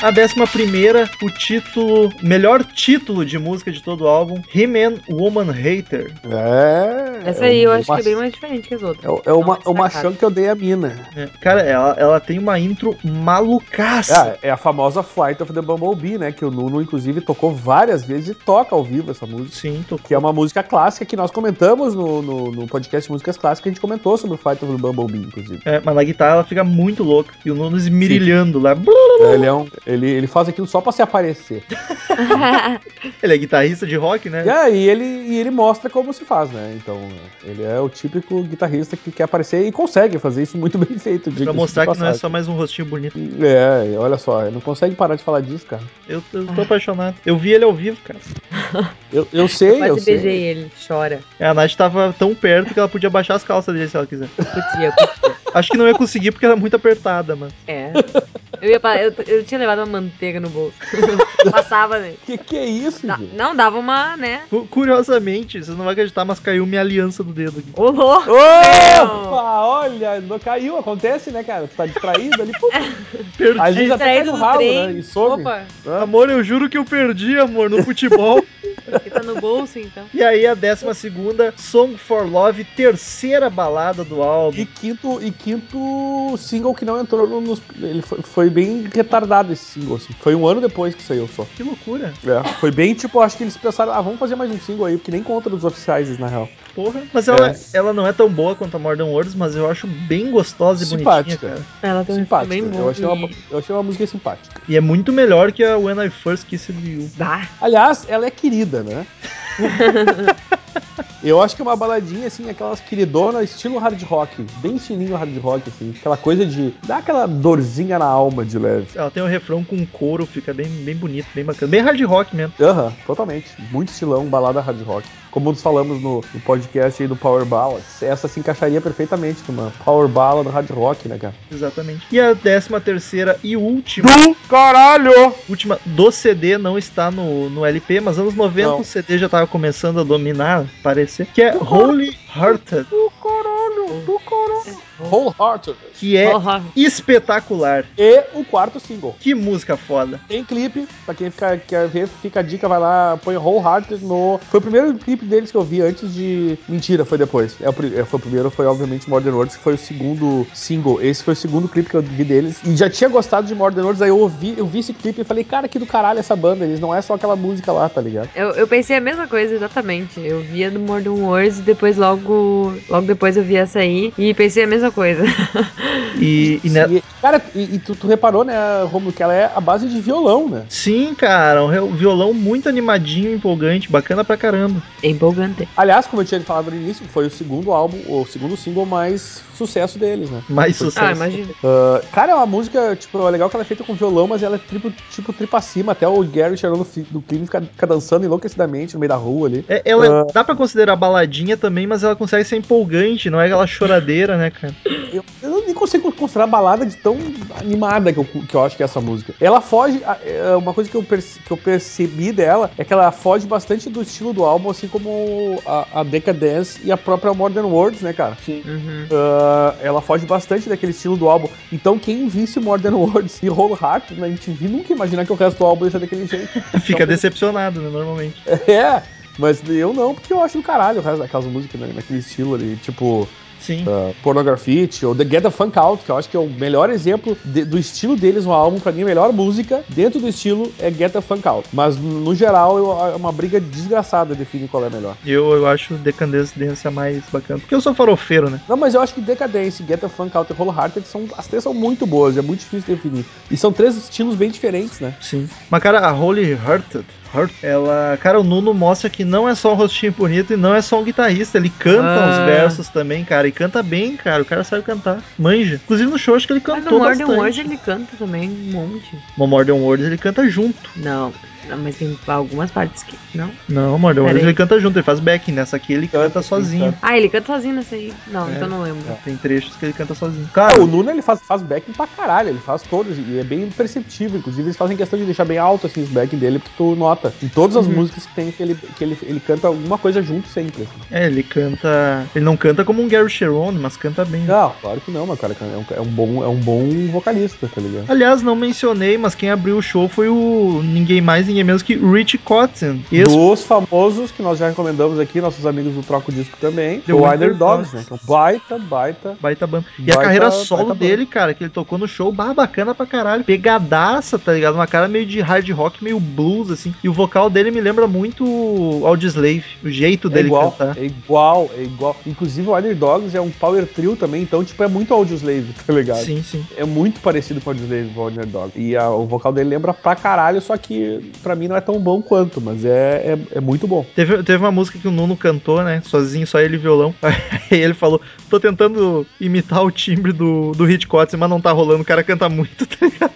A décima primeira, o título, melhor título de música de todo o álbum, He-Man Woman Hater.
É.
Essa aí eu
é
acho que é
uma-
bem mais diferente que as outras.
É, o- é uma, é
Não,
uma
destacado.
chance que eu dei a mina.
É, Cara, ela, ela tem uma intro malucaça.
Ah, é a famosa Flight of the Bumblebee, né? Que o Nuno, inclusive, tocou várias vezes e toca ao vivo essa música.
Sim, tô
Que é uma música clássica que nós comentamos no, no, no podcast de Músicas Clássicas. A gente comentou sobre o Flight of the Bumblebee, inclusive.
É, mas na guitarra ela fica muito louca. E o Nuno esmirilhando lá. Blu!
Ele, é um- ele, ele faz aquilo só pra se aparecer.
Ele é guitarrista de rock, né?
E aí ele, e ele mostra como se faz, né? Então, ele é o típico guitarrista que quer aparecer e consegue fazer isso muito bem feito.
Pra mostrar que não é só mais um rostinho bonito.
É, olha só, ele não consegue parar de falar disso, cara.
Eu, eu tô apaixonado. Eu vi ele ao vivo, cara.
Eu, eu sei, eu,
Quase
sei.
beijei ele, chora.
É, A Nath tava tão perto que ela podia baixar as calças dele se ela quiser.
Podia, podia.
Acho que não ia conseguir porque era muito apertada, mano.
É. Eu, ia, pa- eu, eu tinha levado uma manteiga no bolso. Passava nele.
Que que é isso,
Da-
gente?
não, dava uma, né?
Cu- Curiosamente, vocês não vão acreditar, mas caiu minha aliança do dedo aqui.
Ô, louco!
Opa, olha, não caiu, acontece, né, cara? Tu tá distraído ali, pô.
Perdi.
Às vezes até cai
Distraído
no
é no
ralo,
trem.
né? E some.
Opa,
Amor, eu juro que eu perdi, amor, no futebol.
ele tá no bolso então.
e aí a décima segunda, Song for Love, terceira balada do álbum.
E quinto, e quinto single que não entrou no- nos. Ele foi, foi bem retardado esse single, assim. Foi um ano depois que saiu só.
Que loucura.
É. Foi bem tipo, acho que eles pensaram, ah, vamos fazer mais um single aí, porque nem conta dos oficiais, na real.
Porra. Mas ela,
É.
ela não é tão boa quanto a Modern Words, mas eu acho bem gostosa e bonitinha,
Simpática.
cara.
Ela tem um
Simpática.
bem bom.
Eu achei, uma,
e-
eu achei uma música simpática.
E é muito melhor que a When I First Kissed You.
Bah,
Aliás, ela é querida, né? Eu acho que é uma baladinha, assim, aquelas queridonas, estilo hard rock, bem estilinho hard rock, assim, aquela coisa de dar aquela dorzinha na alma de leve.
Ela tem um refrão com couro, fica bem, bem bonito, bem bacana. Bem hard rock mesmo.
Aham, totalmente. Muito estilão, balada hard rock. Como nós falamos no, no podcast aí do Power Ballads, essa se encaixaria perfeitamente numa Power Ballad hard rock, né, cara?
Exatamente. E a décima terceira e última,
Do caralho!
última do CD, não está no, no LP, mas anos 90
Não.
o CD já tava começando a dominar, parecer, que é Holy Hearted,
Wholehearted.
que é
ó, ó,
espetacular.
E o quarto single.
Que música foda.
Tem clipe, pra quem fica- quer ver, fica a dica, vai lá, põe Wholehearted no. Foi o primeiro clipe deles que eu vi antes de. Mentira, foi depois. É, o pri- é, foi o primeiro, foi obviamente Modern Words, que foi o segundo single. Esse foi o segundo clipe que eu vi deles. E já tinha gostado de Modern Words, aí eu ouvi, eu vi esse clipe e falei, cara, que do caralho essa banda, eles não é só aquela música lá, tá ligado?
Eu, eu pensei a mesma coisa, exatamente. Eu via do Modern Wars e depois logo. Logo depois eu vi essa aí e pensei a mesma coisa.
E, né, e ne-
E, cara, e, e tu, tu reparou, né, Romulo, que ela é a base de violão, né?
Sim, cara, um re- um violão muito animadinho, empolgante, bacana pra caramba.
É Empolgante.
Aliás, como eu tinha falado no início, foi o segundo álbum, ou o segundo single mais sucesso deles, né?
Mais
Ah,
sucesso.
imagina.
Cara, é uma música, tipo, é legal que ela é feita com violão, mas ela é tripo, tipo tripa acima. Até o Gary chegando do clipe fica, fica dançando enlouquecidamente no meio da rua ali.
É, ela dá pra considerar baladinha também, mas ela consegue ser empolgante, não é aquela choradeira, né, cara?
Eu, eu não- nem consigo considerar a balada de tão animada que eu, cu- que eu acho que é essa música. Ela foge. a- é, Uma coisa que eu, perce- que eu percebi dela é que ela foge bastante do estilo do álbum, assim como a, a Decadence e a própria Modern Words, né, cara?
Uhum.
Ah, ela foge bastante daquele estilo do álbum. Então, quem visse Modern Words e né, Whole Heart na MTV nunca ia imaginar que o resto do álbum ia ser daquele jeito.
Fica decepcionado, né, normalmente.
É, mas eu não, porque eu acho do caralho o resto daquelas músicas né, naquele estilo ali. Tipo,
Sim.
Uh, Pornografite, ou The Get the Funk Out, que eu acho que é o melhor exemplo de- do estilo deles no álbum. Pra mim, a melhor música dentro do estilo é Get the Funk Out. Mas, no geral, eu- é uma briga desgraçada definir qual é a melhor.
Eu, eu acho Decandescência mais bacana. Porque eu sou farofeiro, né?
Não, mas eu acho que Decadence, Get the Funk Out e Whole Hearted são. As três são muito boas, é muito difícil definir. E são três estilos bem diferentes, né?
Sim. Mas, cara, a Holy Hearted, Heart, ela. Cara, o Nuno mostra que não é só um rostinho bonito e não é só um guitarrista. Ele canta
Ah.
os versos também, cara. E canta bem, cara. O cara sabe cantar. Manja. Inclusive no show, acho que ele
Mas no
cantou
Modern
bastante.
World ele canta também um monte.
No Modern World ele canta junto.
Não, não, mas tem algumas partes que. Não?
Não, Modern
Pera
World
aí.
ele canta junto. Ele faz backing nessa aqui, ele canta,
Canta, sim,
sozinho.
canta.
Ah, ele canta sozinho nessa aí. Não,
É.
então não lembro.
Tem trechos que ele canta sozinho. Cara,
Ah, o Nuno ele faz, faz backing pra caralho, ele faz todos, e é bem perceptível. Inclusive, eles fazem questão de deixar bem alto assim, os backing dele, porque tu nota. Em todas as
Uhum.
músicas que tem, que ele, que ele, ele canta alguma coisa junto sempre. assim.
é, ele canta. Ele não canta como um Gary Cherone, mas canta bem.
Não, Ah, claro que não, mas cara, é um, é um bom, é um bom vocalista, tá ligado?
Aliás, não mencionei, mas quem abriu o show foi o ninguém mais, ninguém menos que Rich Cotton. Ex
Dos famosos que nós já recomendamos aqui, nossos amigos do Troco Disco também,
The
o
Wonder
Wilder Dogs,
Dogs.
né? Que é um baita, baita
baita banda. E a
Baita-
carreira
baita
solo
banda.
dele, cara, que ele tocou no show, bah, bacana pra caralho. Pegadaça, tá ligado? Uma cara meio de hard rock, meio blues, assim. E o vocal dele me lembra muito o Audioslave, o jeito
É
dele
igual,
cantar.
é igual, é igual. Inclusive o Wilder Dogs é um power trio também, então tipo é muito Audioslave, tá ligado?
Sim, sim.
É muito parecido com o Audioslave o Wilder Dogs. E a- o vocal dele lembra pra caralho, só que pra mim não é tão bom quanto, mas é, é, é muito bom.
Teve, teve uma música que o Nuno cantou, né? Sozinho, só ele e violão. Aí ele falou: tô tentando imitar o timbre do, do Rich Cotton, mas não tá rolando. O cara canta muito, tá ligado?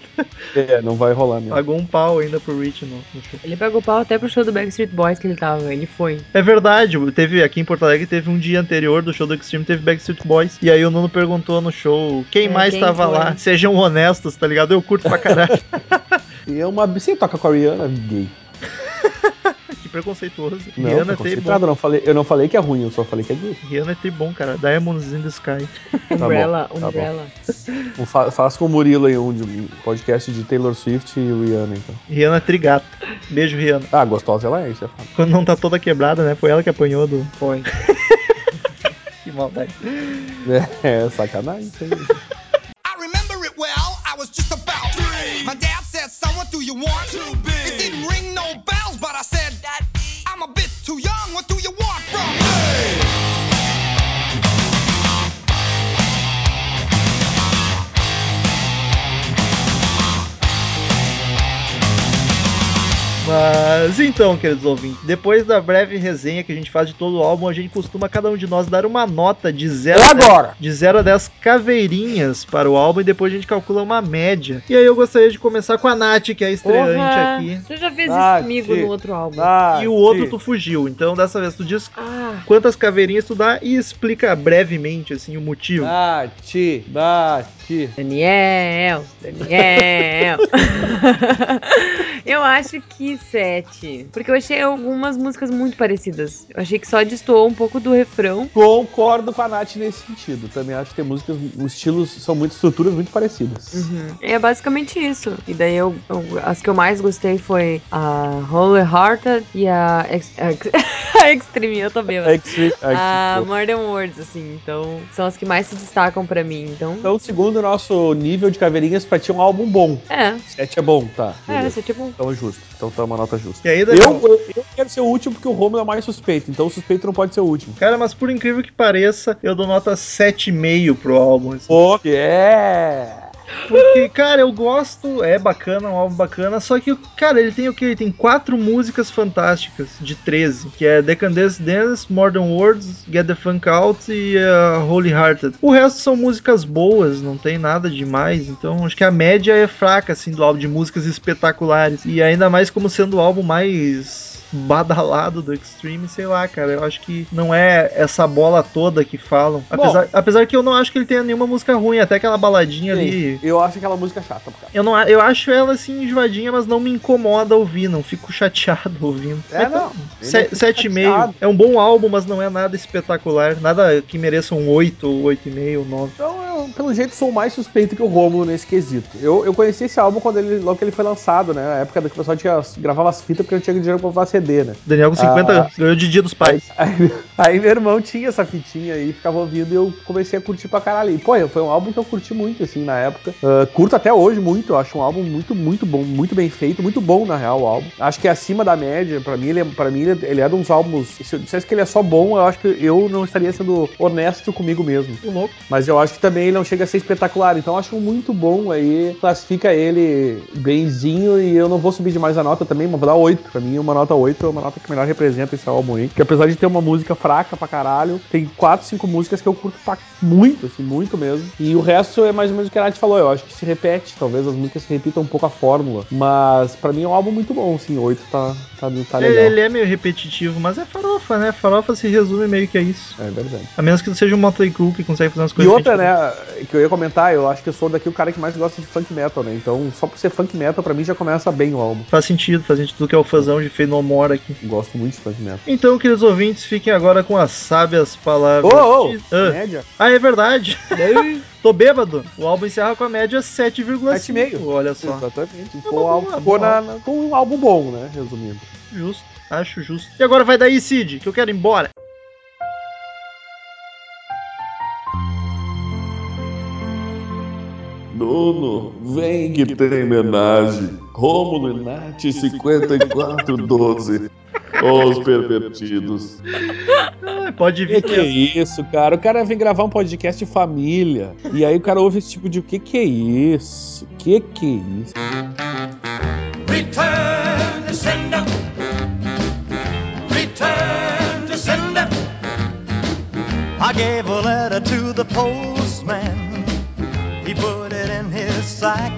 É, não vai rolar mesmo.
Pagou um pau ainda pro Rich no, no show.
Ele pegou pau até pro show do Backstreet Boys que ele tava. Ele foi.
É verdade, teve aqui em Porto Alegre teve um dia anterior do show do Extreme, teve Backstreet Boys. E aí o Nuno perguntou no show quem
É,
mais
quem
tava
foi?
lá. Sejam honestos, tá ligado? Eu curto pra caralho.
E é uma. Você toca com a Rihanna gay.
que preconceituoso.
Não,
Rihanna é
tá
tri
concentrado,
bom.
não falei, eu não falei que é ruim, eu só falei que é gay. Tá
Rihanna é tri bom, cara. Diamonds in the Sky.
bom,
Umbrella,
tá
bom.
Umbrella.
Um fa- Faço com o Murilo aí um de- um podcast de Taylor Swift e Rihanna, então.
Rihanna é tri gato. Beijo, Rihanna.
Ah, gostosa ela é, isso é fato.
Quando não tá toda quebrada, né? Foi ela que apanhou do.
Foi.
Que maldade.
É, é sacanagem. isso aí.
I remember it well. I was just about three. My dad said, "Son, what do you want?" Too big. It didn't ring no bells, but I said, "Daddy, I'm a bit too young. What do you want from me?"
Mas então, queridos ouvintes, depois da breve resenha que a gente faz de todo o álbum, a gente costuma cada um de nós dar uma nota de 0
É agora!
de 0 a 10 caveirinhas para o álbum e depois a gente calcula uma média. E aí eu gostaria de começar com a Nath, que é a estreante
Porra,
aqui.
Tu já fez
Ah,
isso comigo
sim.
no outro álbum.
Ah,
E o outro
sim.
tu fugiu. Então dessa vez tu diz
Ah,
quantas caveirinhas tu dá e explica brevemente assim o motivo.
Ah. Bate, bate.
Daniel, Daniel. eu acho que sete. Porque eu achei algumas músicas muito parecidas. Eu achei que só destoou um pouco do refrão.
Concordo com a Nath nesse sentido. Também acho que tem músicas, os estilos são muito estruturas muito parecidas.
É basicamente isso. E daí eu, eu- as que eu mais gostei foi a Holy Hearted e a, ex, a Extreme. Eu tô bêbada.
Extreme-
A
Extreme.
Modern Words, assim. Então, são as que mais se destacam pra mim. Então,
Então, segundo o nosso nível de caveirinhas, pra ti é um álbum bom.
é.
Sete é bom, tá.
É,
beleza.
isso é tipo.
Então é justo. Então tá uma nota justa.
E aí,
Eu,
Daniel?
eu, eu quero ser o último porque o Romulo é o mais suspeito. Então o suspeito não pode ser o último.
Cara, mas por incrível que pareça, eu dou nota 7,5 pro álbum. assim.
Porque é.
Porque, cara, eu gosto, é bacana, um álbum bacana, só que, cara, ele tem o quê? Ele tem quatro músicas fantásticas de 13, que é Decadence Dance, Modern Words, Get the Funk Out e uh, Holy Hearted. O resto são músicas boas, não tem nada demais, então acho que a média é fraca, assim, do álbum de músicas espetaculares. E ainda mais como sendo o álbum mais badalado do Extreme, sei lá, cara, eu acho que não é essa bola toda que falam.
Bom.
Apesar, apesar que eu não acho que ele tenha nenhuma música ruim, até aquela baladinha ali...
Eu acho aquela música chata, cara.
Eu, não, a- eu acho ela assim enjoadinha, mas não me incomoda ouvir, não fico chateado ouvindo.
É, não.
Se- sete e meio
chateado.
É um bom álbum, mas não é nada espetacular. Nada que mereça um 8, ou 8,5, ou 9.
Então, eu, pelo jeito, sou mais suspeito que o Romulo nesse quesito. Eu, eu conheci esse álbum quando ele, logo que ele foi lançado, né? Na época que o pessoal tinha, gravava as fitas porque não tinha dinheiro pra comprar CD. CD, né?
Daniel com 50
Ah. Tá
anos, ganhou de Dia dos Pais.
Aí, aí meu irmão tinha essa fitinha aí, ficava ouvindo e eu comecei a curtir pra caralho. E, pô, foi um álbum que eu curti muito, assim, na época. Ah, curto até hoje muito, eu acho um álbum muito, muito bom, muito bem feito, muito bom, na real, o álbum. Acho que é acima da média, pra mim, ele é, pra mim, ele é- ele é de uns álbuns... Se eu dissesse que ele é só bom, eu acho que eu não estaria sendo honesto comigo mesmo.
Ô, louco.
Mas eu acho que também ele não chega a ser espetacular, então eu acho muito bom aí, classifica ele benzinho e eu não vou subir demais a nota também, vou dar 8. Pra mim, uma nota 8 é uma nota que melhor representa esse álbum aí. Que apesar de ter uma música fraca pra caralho, tem 4, 5 músicas que eu curto pra muito, assim, muito mesmo. E o resto é mais ou menos o que a Nath falou, eu acho que se repete, talvez as músicas se repitam um pouco a fórmula. Mas pra mim é um álbum muito bom, assim, 8 tá, tá, tá
Ele,
legal.
ele é meio repetitivo, mas é farofa, né? Farofa se resume meio que a isso.
É verdade.
A menos que não seja um Motley Crue que consegue fazer umas
E
coisas.
outra,
repetitivas.
né, que eu ia comentar, eu acho que eu sou daqui o cara que mais gosta de funk metal, né? Então, só por ser funk metal, pra mim já começa bem o álbum.
Faz sentido, faz sentido que é o fãzão de Fenomora aqui.
Gosto muito de funk metal.
Então, queridos ouvintes, fiquem agora com as sábias
Ô,
palavras.
ô!
de- Ah,
Média?
ah, é verdade. Tô bêbado. O álbum encerra com a média 7,5.
7,5.
Olha só.
Exatamente.
É uma
Ficou, um álbum,
boa,
ficou
boa.
na, na- ficou um álbum bom, né? Resumindo.
Justo. Acho justo. E agora vai daí, Cid, que eu quero ir embora.
Nono, vem que tem homenagem. Rômulo e Nath 5412. Os pervertidos.
Ah, pode
Que
vir.
que é isso, cara? O cara vem gravar um podcast de família. E aí o cara ouve esse tipo de o que que é isso? Que que é isso?
Return to sender. Return to sender. I gave a letter to the postman. He put it in his sack.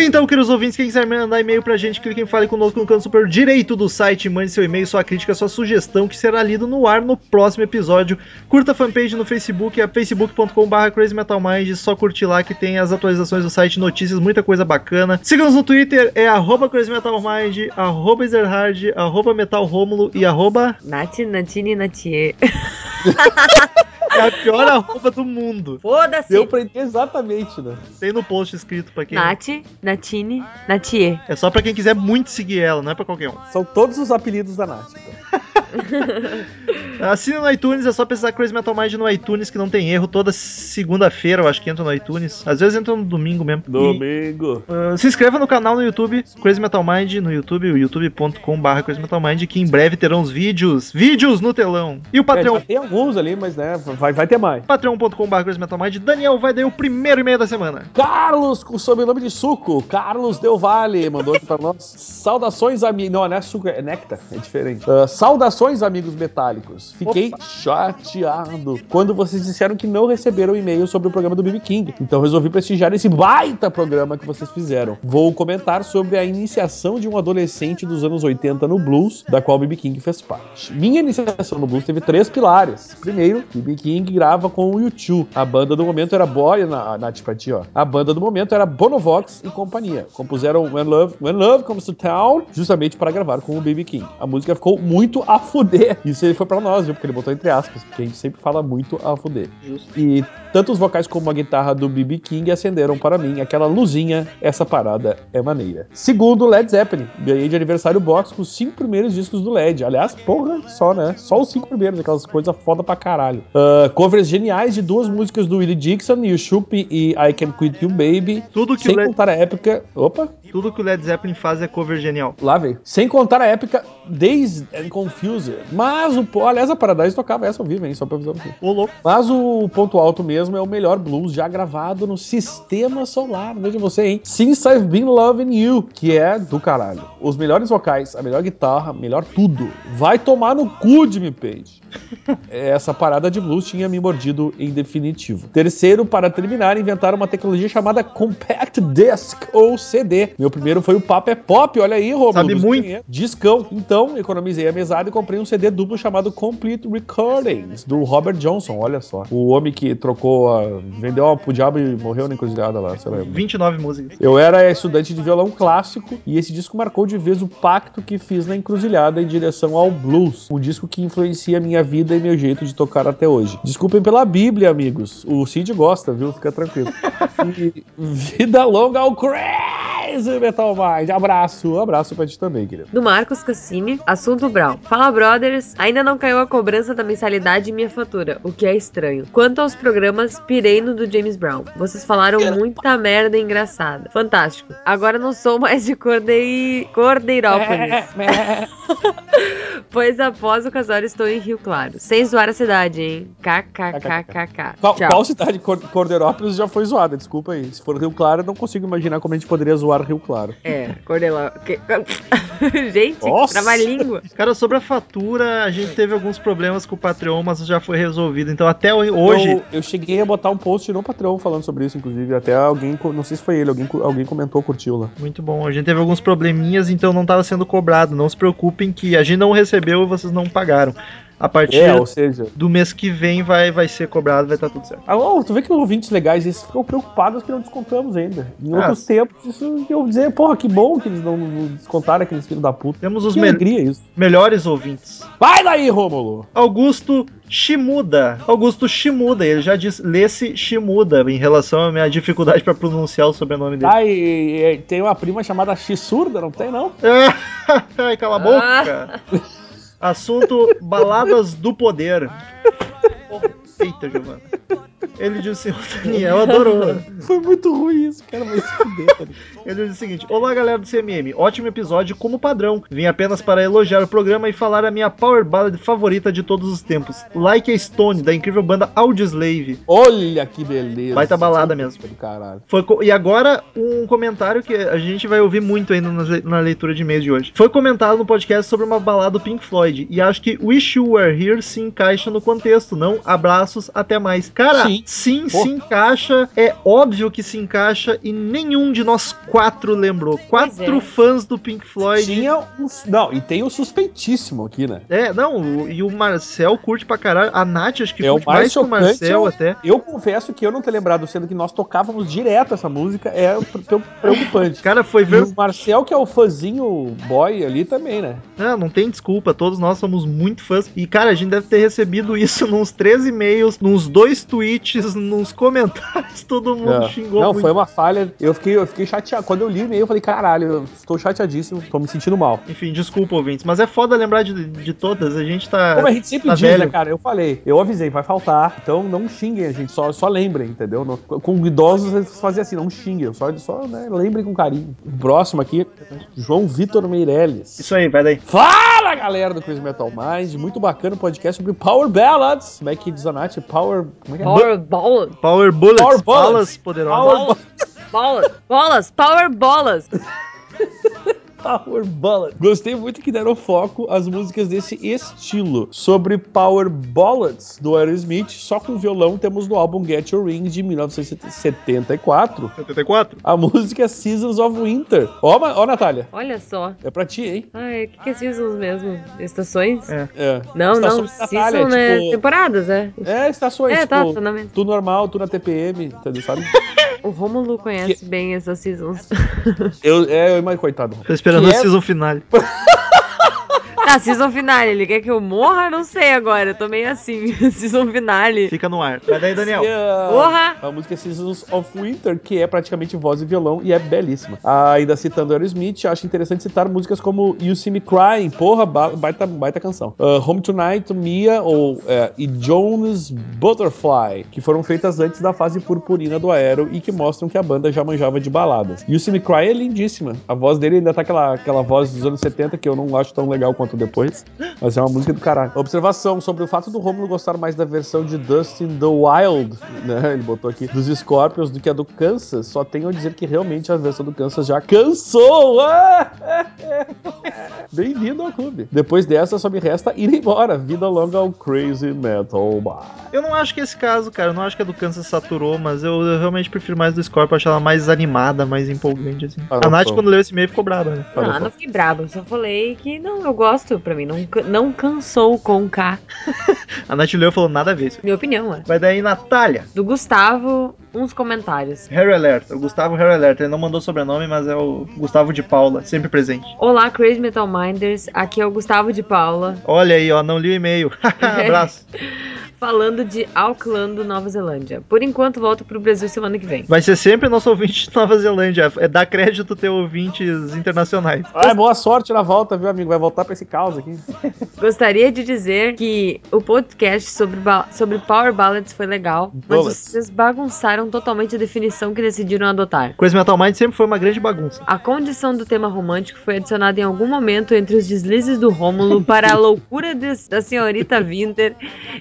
Então, queridos ouvintes, quem quiser mandar e-mail pra gente, clique em Fale Conosco no canto superior direito do site, mande seu e-mail, sua crítica, sua sugestão, que será lido no ar no próximo episódio. Curta a fanpage no Facebook, é facebook.com.br crazymetalmind, só curtir lá que tem as atualizações do site, notícias, muita coisa bacana. Siga-nos no Twitter, é arroba crazymetalmind, arroba ezerhard, arroba metalromulo e arroba...
Nath, Natine, Natie.
É a pior arroba do mundo.
Foda-se!
Deu pra entender exatamente, né?
Tem no post escrito pra quem...
Nath, Natine, Natie.
É só pra quem quiser muito seguir ela, não é pra qualquer um.
São todos os apelidos da Nath. Então.
Assina no iTunes, é só pesquisar Crazy Metal Mind no iTunes, que não tem erro. Toda segunda-feira eu acho que entra no iTunes. Às vezes entra no domingo mesmo. E,
Domingo.
ah, se inscreva no canal no YouTube, Crazy Metal Mind, no YouTube, o youtube.com.br Crazy Metal Mind, que em breve terão os vídeos, vídeos no telão. E o
É,
Patreon,
já tem alguns ali, mas né, vai, vai ter mais.
patreon.com.br Crazy Metal Mind. Daniel vai dar o primeiro e-mail da semana.
Carlos, com sobrenome de suco. Carlos Del Valle mandou aqui pra nós. Saudações, amigos. Não, não é suco, é néctar, é diferente. Ah, saudações, amigos metálicos. Fiquei chateado quando vocês disseram que não receberam e-mail sobre o programa do BB King. Então resolvi prestigiar esse baita programa que vocês fizeram. Vou comentar sobre a iniciação de um adolescente dos anos 80 no blues, da qual o BB King fez parte. Minha iniciação no blues teve três pilares. Primeiro, BB King grava com o U2. A banda do momento era Boy, na, Nath pra ti, ó. A banda do momento era Bonovox e companhia. Compuseram When Love, When Love Comes to Town, justamente para gravar com o BB King. A música ficou muito a fuder. Isso aí foi pra nós, viu? Porque ele botou entre aspas, porque a gente sempre fala muito a fuder. E tanto os vocais como a guitarra do BB King acenderam para mim aquela luzinha, essa parada é maneira. Segundo, Led Zeppelin. Ganhei de aniversário box com os cinco primeiros discos do Led. Aliás, porra, só, né? Só os cinco primeiros, aquelas coisas foda pra caralho. Ah, covers geniais de duas músicas do Willie Dixon, You Shoop e I Can Quit You Baby.
Tudo que, o
Sem
Led,
contar a época. Opa!
tudo que o Led Zeppelin faz é cover genial.
Lá veio. Sem contar a época Days and Confused. Mas o. po- Aliás, a Paradise tocava essa ao vivo, hein? Só pra avisar você.
Ô, louco.
Mas o ponto alto mesmo é o melhor blues já gravado no sistema solar. Veja você, hein? Since I've Been Loving You, que é do caralho. Os melhores vocais, a melhor guitarra, melhor tudo. Vai tomar no cu, Jimmy Page. Essa parada de blues tinha me mordido em definitivo. Terceiro, para terminar, inventaram uma tecnologia chamada Compact Disc ou CD. Meu primeiro foi o Papo é Pop, olha aí, Romulo.
Sabe
dos
muito.
Pinheiros. Discão. Então, economizei a mesada e comprei um CD duplo chamado Complete Recordings, do Robert Johnson, olha só. O homem que trocou, a... vendeu a pro diabo e morreu na encruzilhada lá, sei lá.
29 músicas.
Eu era estudante de violão clássico e esse disco marcou de vez o pacto que fiz na encruzilhada em direção ao blues, um disco que influencia a minha vida e meu jeito de tocar até hoje. Desculpem pela Bíblia, amigos. O Cid gosta, viu? Fica tranquilo. E vida longa ao Crazy! Crazy Metal Mind. Abraço, abraço pra ti também, querido.
Do Marcos Cassini, assunto Brau. Fala, brothers. Ainda não caiu a cobrança da mensalidade em minha fatura, o que é estranho. Quanto aos programas, pirei no do James Brown. Vocês falaram muita merda engraçada. Fantástico. Agora não sou mais de Cordei... Cordeirópolis. pois após o casório estou em Rio Claro. Sem zoar a cidade, hein? KKKKK.
Qual,
Tchau.
qual cidade de Cor- Corderópolis já foi zoada? Desculpa aí. Se for Rio Claro, eu não consigo imaginar como a gente poderia zoar Rio Claro.
É, Cordeiró... que- Gente,
Nossa.
trava-língua.
Cara, sobre a fatura, a gente teve alguns problemas com o Patreon, mas já foi resolvido. Então até hoje,
Eu, eu cheguei a botar um post no Patreon falando sobre isso, inclusive. Até alguém, co- não sei se foi ele, alguém, co- alguém comentou, curtiu lá.
muito bom. A gente teve alguns probleminhas, então não estava sendo cobrado. Não se preocupem que a gente não recebeu e vocês não pagaram. A partir
É, ou seja.
do mês que vem vai, vai ser cobrado, vai estar tudo certo.
Ah, oh, tu vê que os ouvintes legais, eles ficam preocupados que não descontamos ainda. Em outros tempos, isso eu dizer, porra, que bom que eles não não descontaram aqueles filhos da puta.
Temos os
Que
me-
alegria isso.
melhores ouvintes.
Vai daí, Rômulo!
Augusto Shimuda. Augusto Shimuda, ele já disse, lê-se Shimuda em relação à minha dificuldade para pronunciar o sobrenome dele.
Ah, e, e tem uma prima chamada Xsurda, não tem não?
Ai, cala a boca. Assunto Baladas do Poder. Porra, Eita, Giovana. Ele disse o seguinte, Daniel adorou.
Foi muito ruim isso, cara, mas se fuder, tá ligado?
Ele diz o seguinte: Olá, galera do CMM. Ótimo episódio, como padrão. Vim apenas para elogiar o programa e falar a minha power ballad favorita de todos os tempos: Like a Stone, da incrível banda Audioslave.
Olha que beleza.
Baita balada mesmo.
Do caralho.
Foi co- e agora, um comentário que a gente vai ouvir muito ainda nas le- na leitura de e-mail de hoje. Foi comentado no podcast sobre uma balada do Pink Floyd, e acho que Wish You Were Here se encaixa no contexto, não? Abraços, até mais. Cara,
Sim.
sim,
Pô.
se encaixa, é óbvio que se encaixa, e nenhum de nós quatro lembrou. Quatro
é.
fãs do Pink Floyd.
Tinha um. Não, e tem o suspeitíssimo aqui, né?
É, não, o- e o Marcel curte pra caralho. A Nath acho que
É, o
curte mais
mais
que o
chocante é
Marcel
o-
até.
Eu confesso que eu não ter lembrado, sendo que nós tocávamos direto essa música, é pre- preocupante.
Cara, foi
E
ver.
o Marcel, que é o fãzinho boy ali também, né?
Não, não tem desculpa, todos nós somos muito fãs. E, cara, a gente deve ter recebido isso nos três e-mails, nos dois tweets, nos comentários, todo mundo
É.
xingou
Não,
muito.
foi uma falha. Eu fiquei, eu fiquei chateado. Quando eu li o e-mail, eu falei, caralho, eu estou chateadíssimo, tô me sentindo mal.
Enfim, desculpa, ouvintes, mas é foda lembrar de, de todas, a gente tá...
Como a gente sempre
tá
diz, né,
velho.
cara? Eu falei, eu avisei, vai faltar. Então não xinguem a gente, só, só lembrem, entendeu? Não- com idosos eles fazem assim, não xinguem, só, só né, lembrem com carinho. O próximo aqui, João Vitor Meirelles.
Isso aí, vai daí.
Fala galera do Crazy Metal Mind, muito bacana o podcast sobre Power Ballads. Como é que diz a Nath? Power. Como é que é?
Power bolas,
Power Bullets,
Power bullets.
balas poderosas.
Power,
bolas, bolas, power bolas.
Power Ballad. Gostei muito que deram foco às músicas desse estilo. Sobre Power Ballads do Aerosmith, só com violão temos no álbum Get Your Ring de 1974.
74?
A música é Seasons of Winter. Ó, Ma- ó Natália,
Olha só.
é pra ti, hein?
Ai, o que, que é seasons mesmo? Estações?
É.
É.
Não, não.
Estações da Natália,
Season, né?
tipo-
Temporadas, é.
É, estações,
É,
tipo,
tá, tô na mesma.
tu normal, tu na TPM, entendeu, sabe?
O Romulo conhece bem essas seasons.
eu, é, eu, mas coitado.
Tô esperando
Que
a
é-
season final.
tá, season finale. Ele quer que eu morra? Não sei agora. Eu tô meio assim. season finale.
Fica no ar. Vai daí, Daniel.
Yeah.
Porra!
A música Seasons of Winter, que é praticamente voz e violão e é belíssima. Ah, ainda citando Aerosmith, acho interessante citar músicas como You See Me Crying, porra, ba- baita, baita canção. Ah, Home Tonight, Mia ou, é, e Jones Butterfly, que foram feitas antes da fase purpurina do Aero e que mostram que a banda já manjava de baladas. You See Me Crying é lindíssima. A voz dele ainda tá aquela, aquela voz dos anos 70 que eu não acho tão legal quanto depois. Mas é uma música do caralho. Observação sobre o fato do Romulo gostar mais da versão de Dustin the Wild, né? Ele botou aqui, dos Scorpions do que a do Kansas. Só tenho a dizer que realmente a versão do Kansas já cansou! Ah! Bem-vindo ao clube. Depois dessa, só me resta ir embora. Vida longa ao Crazy Metal Bar.
Eu não acho que esse caso, cara, eu não acho que a do Kansas saturou, mas eu, eu realmente prefiro mais do Scorpio, acho ela mais animada, mais empolgante, assim.
Ah,
a
não,
Nath,
foi.
quando leu esse e-mail, ficou brava, né?
Olha
Ah, Não,
só.
não fiquei brava. Só falei que não, eu gosto. Pra mim, não, ca- não cansou com K.
A Nath leu e falou, nada a ver isso.
Minha opinião, é.
Vai daí, Natália.
Do Gustavo, uns comentários.
Harry Alert, o Gustavo Harry Alert. Ele não mandou sobrenome, mas é o Gustavo de Paula, sempre presente.
Olá, Crazy Metal Minders. Aqui é o Gustavo de Paula.
Olha aí, ó, não li o e-mail. Abraço.
falando de Auckland, Nova Zelândia. Por enquanto, volto pro Brasil semana que vem.
Vai ser sempre nosso ouvinte de Nova Zelândia. É dar crédito ter ouvintes internacionais.
Ai, boa sorte na volta, viu, amigo? Vai voltar pra esse caos aqui.
Gostaria de dizer que o podcast sobre, ba- sobre Power Ballads foi legal, mas
Bullets.
vocês bagunçaram totalmente a definição que decidiram adotar.
Coisa Metal Mind sempre foi uma grande bagunça.
A condição do tema romântico foi adicionada em algum momento entre os deslizes do Rômulo para a loucura de- da senhorita Winter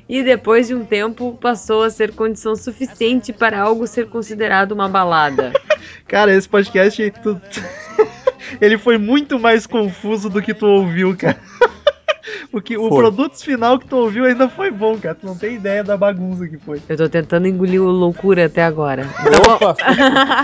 e depois de um tempo passou a ser condição suficiente para algo ser considerado uma balada.
Cara, esse podcast. tu- Ele foi muito mais confuso do que tu ouviu, cara. O, que, o
Foi.
produto final que tu ouviu ainda foi bom, cara. Tu não tem ideia da bagunça que foi.
Eu tô tentando engolir o loucura até agora.
Opa,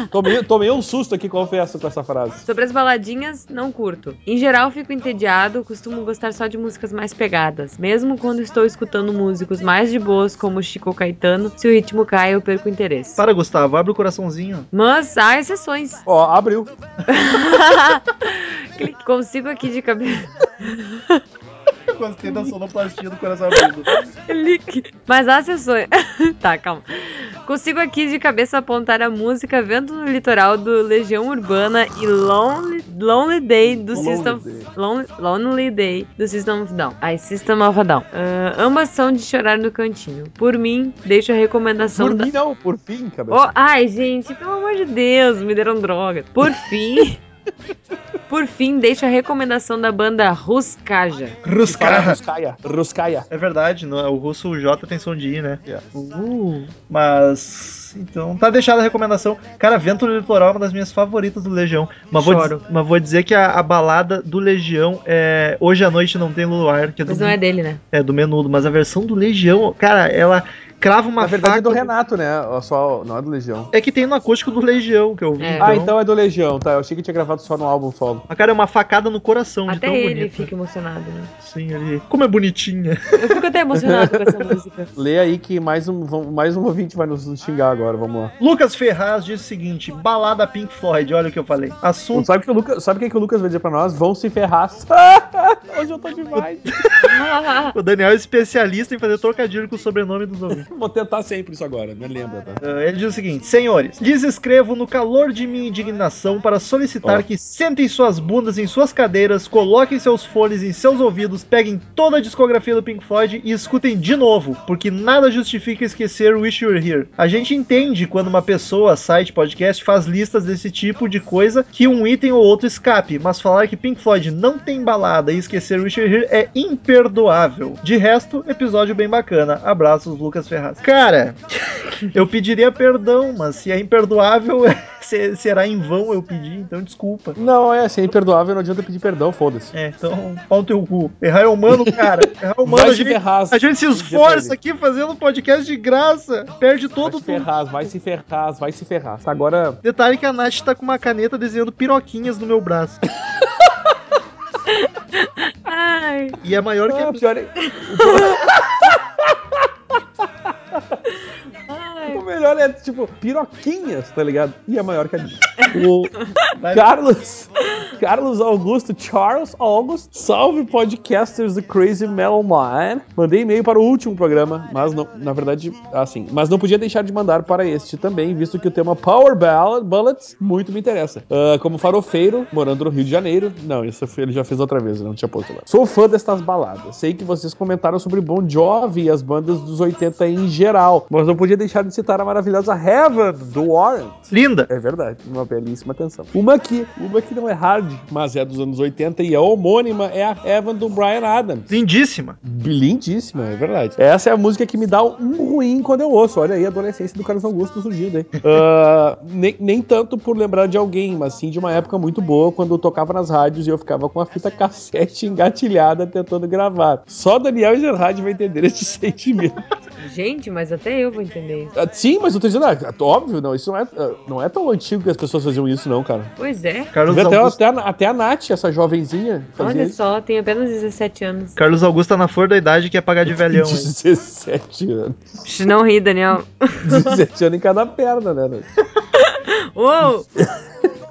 tomei, tomei um susto aqui, confesso, com essa frase.
Sobre as baladinhas, não curto. Em geral, fico entediado, costumo gostar só de músicas mais pegadas. Mesmo quando estou escutando músicos mais de boas, como Chico Caetano, se o ritmo cai, eu perco o interesse.
Para, Gustavo, abre o coraçãozinho.
Mas há exceções.
Ó, abriu.
Clique. Consigo aqui de cabeça.
Eu gostei da sonoplastia do coração abrido.
Clique. Mas há exceções. tá, calma. Consigo aqui de cabeça apontar a música Vento no Litoral do Legião Urbana e Lonely, Lonely Day do System Lon- Lonely Day do System of a Down. Ai, System of a Down. Ah, ambas são de chorar no cantinho. Por mim, deixo a recomendação
Por
da.
mim, não, por fim, cabeça.
Oh, ai, gente, pelo amor de Deus, me deram droga. Por fim. Por fim, deixo a recomendação da banda Ruscaja.
Que fala
Ruscar.
Ruscaia. Ruscaia.
É verdade, não é? o russo o J tem som de I, né?
Uh,
Mas. Então, tá deixada a recomendação. Cara, Vento no Litoral é uma das minhas favoritas do Legião. Mas, vou,
Choro.
diz- mas vou dizer que a, a balada do Legião é Hoje à Noite Não Tem Luar, que é do,
mas não é dele, né?
é do Menudo, mas a versão do Legião, cara, ela crava uma
Na verdade
faca.
é do Renato, né? Ó, Só, não é do Legião.
É que tem no acústico do Legião que eu vi.
É.
Ah, então é do Legião, tá? Eu achei que tinha gravado só no álbum solo.
Mas, cara, é uma facada no coração de
Até
tão
ele
bonito.
fica emocionado, né?
Sim, ele. Como é bonitinha.
Eu fico até emocionado com essa música.
Lê aí que mais um, vamo- mais um ouvinte vai nos nos xingar agora, vamos lá.
Lucas Ferraz diz o seguinte: balada Pink Floyd, olha o que eu falei. Assunto.
Sabe o que o Lucas, sabe o que que o Lucas vai dizer pra nós? Vão se ferrar. Hoje eu tô demais.
O Daniel é especialista em fazer trocadilho com o sobrenome dos ouvintes.
Vou tentar sempre isso agora, me lembra, tá?
Ah, Ele diz o seguinte: Senhores, lhes escrevo no calor de minha indignação para solicitar
Ó.
que sentem suas bundas em suas cadeiras, coloquem seus fones em seus ouvidos, peguem toda a discografia do Pink Floyd e escutem de novo, porque nada justifica esquecer Wish You Were Here. A gente entende quando uma pessoa, site, podcast, faz listas desse tipo de coisa que um item ou outro escape, mas falar que Pink Floyd não tem balada e esquecer Wish You Were Here é imperdoável. De resto, episódio bem bacana. Abraços, Lucas Ferraz. Cara. Eu pediria perdão, mas se é imperdoável, se- será em vão eu pedir, então desculpa.
Não, é, se é imperdoável, não adianta pedir perdão, foda-se.
É, então, pau no teu cu. Errar é humano, cara. Errar é humano.
Vai
A
se
gente,
ferrar.
a gente se esforça aqui fazendo um podcast de graça. Perde
Vai
todo o
se ferrar, vai se ferrar, vai se ferrar. Tá, agora.
Detalhe que a Nath tá com uma caneta desenhando piroquinhas no meu braço.
Ai,
E é maior que
Ah,
a
pior é-
ai.
O melhor é, tipo, piroquinhas, tá ligado? E é maior que a minha. O Carlos, Carlos Augusto, Charles Augusto, salve podcasters do Crazy Metal Mind. Mandei e-mail para o último programa, mas não, na verdade, assim, mas não podia deixar de mandar para este também, visto que o tema Power Ballad, Bullets muito me interessa. Ah, como farofeiro, morando no Rio de Janeiro, não, isso ele já fez outra vez, eu não tinha posto lá. Sou fã destas baladas, sei que vocês comentaram sobre Bon Jovi e as bandas dos 80 em geral, mas não podia deixar de citar a maravilhosa Heaven, do Warren.
Linda.
É verdade, uma belíssima canção. Uma que, uma que não é hard, mas é dos anos 80 e é homônima, é a Heaven do Brian Adams.
Lindíssima.
Lindíssima, é verdade. Essa é a música que me dá um ruim quando eu ouço. Olha aí a adolescência do Carlos Augusto surgindo, hein? Ah, nem, nem tanto por lembrar de alguém, mas sim de uma época muito boa quando eu tocava nas rádios e eu ficava com a fita cassete engatilhada tentando gravar. Só Daniel e Gerard vão entender este sentimento.
Gente, mas até eu vou entender isso.
Ah, Sim, mas eu tô dizendo, ah, óbvio, não, isso não é, ah, não é tão antigo que as pessoas faziam isso, não, cara.
Pois é.
Carlos
Vê até,
Augusto,
até, a, até a Nath, essa jovenzinha, fazia
Olha
isso.
só, tem apenas 17 anos.
Carlos Augusto tá na flor da idade que é pagar de velhão. hein?
17 anos.
Sh, Não ri, Daniel.
17 anos em cada perna, né? Nath?
Uou!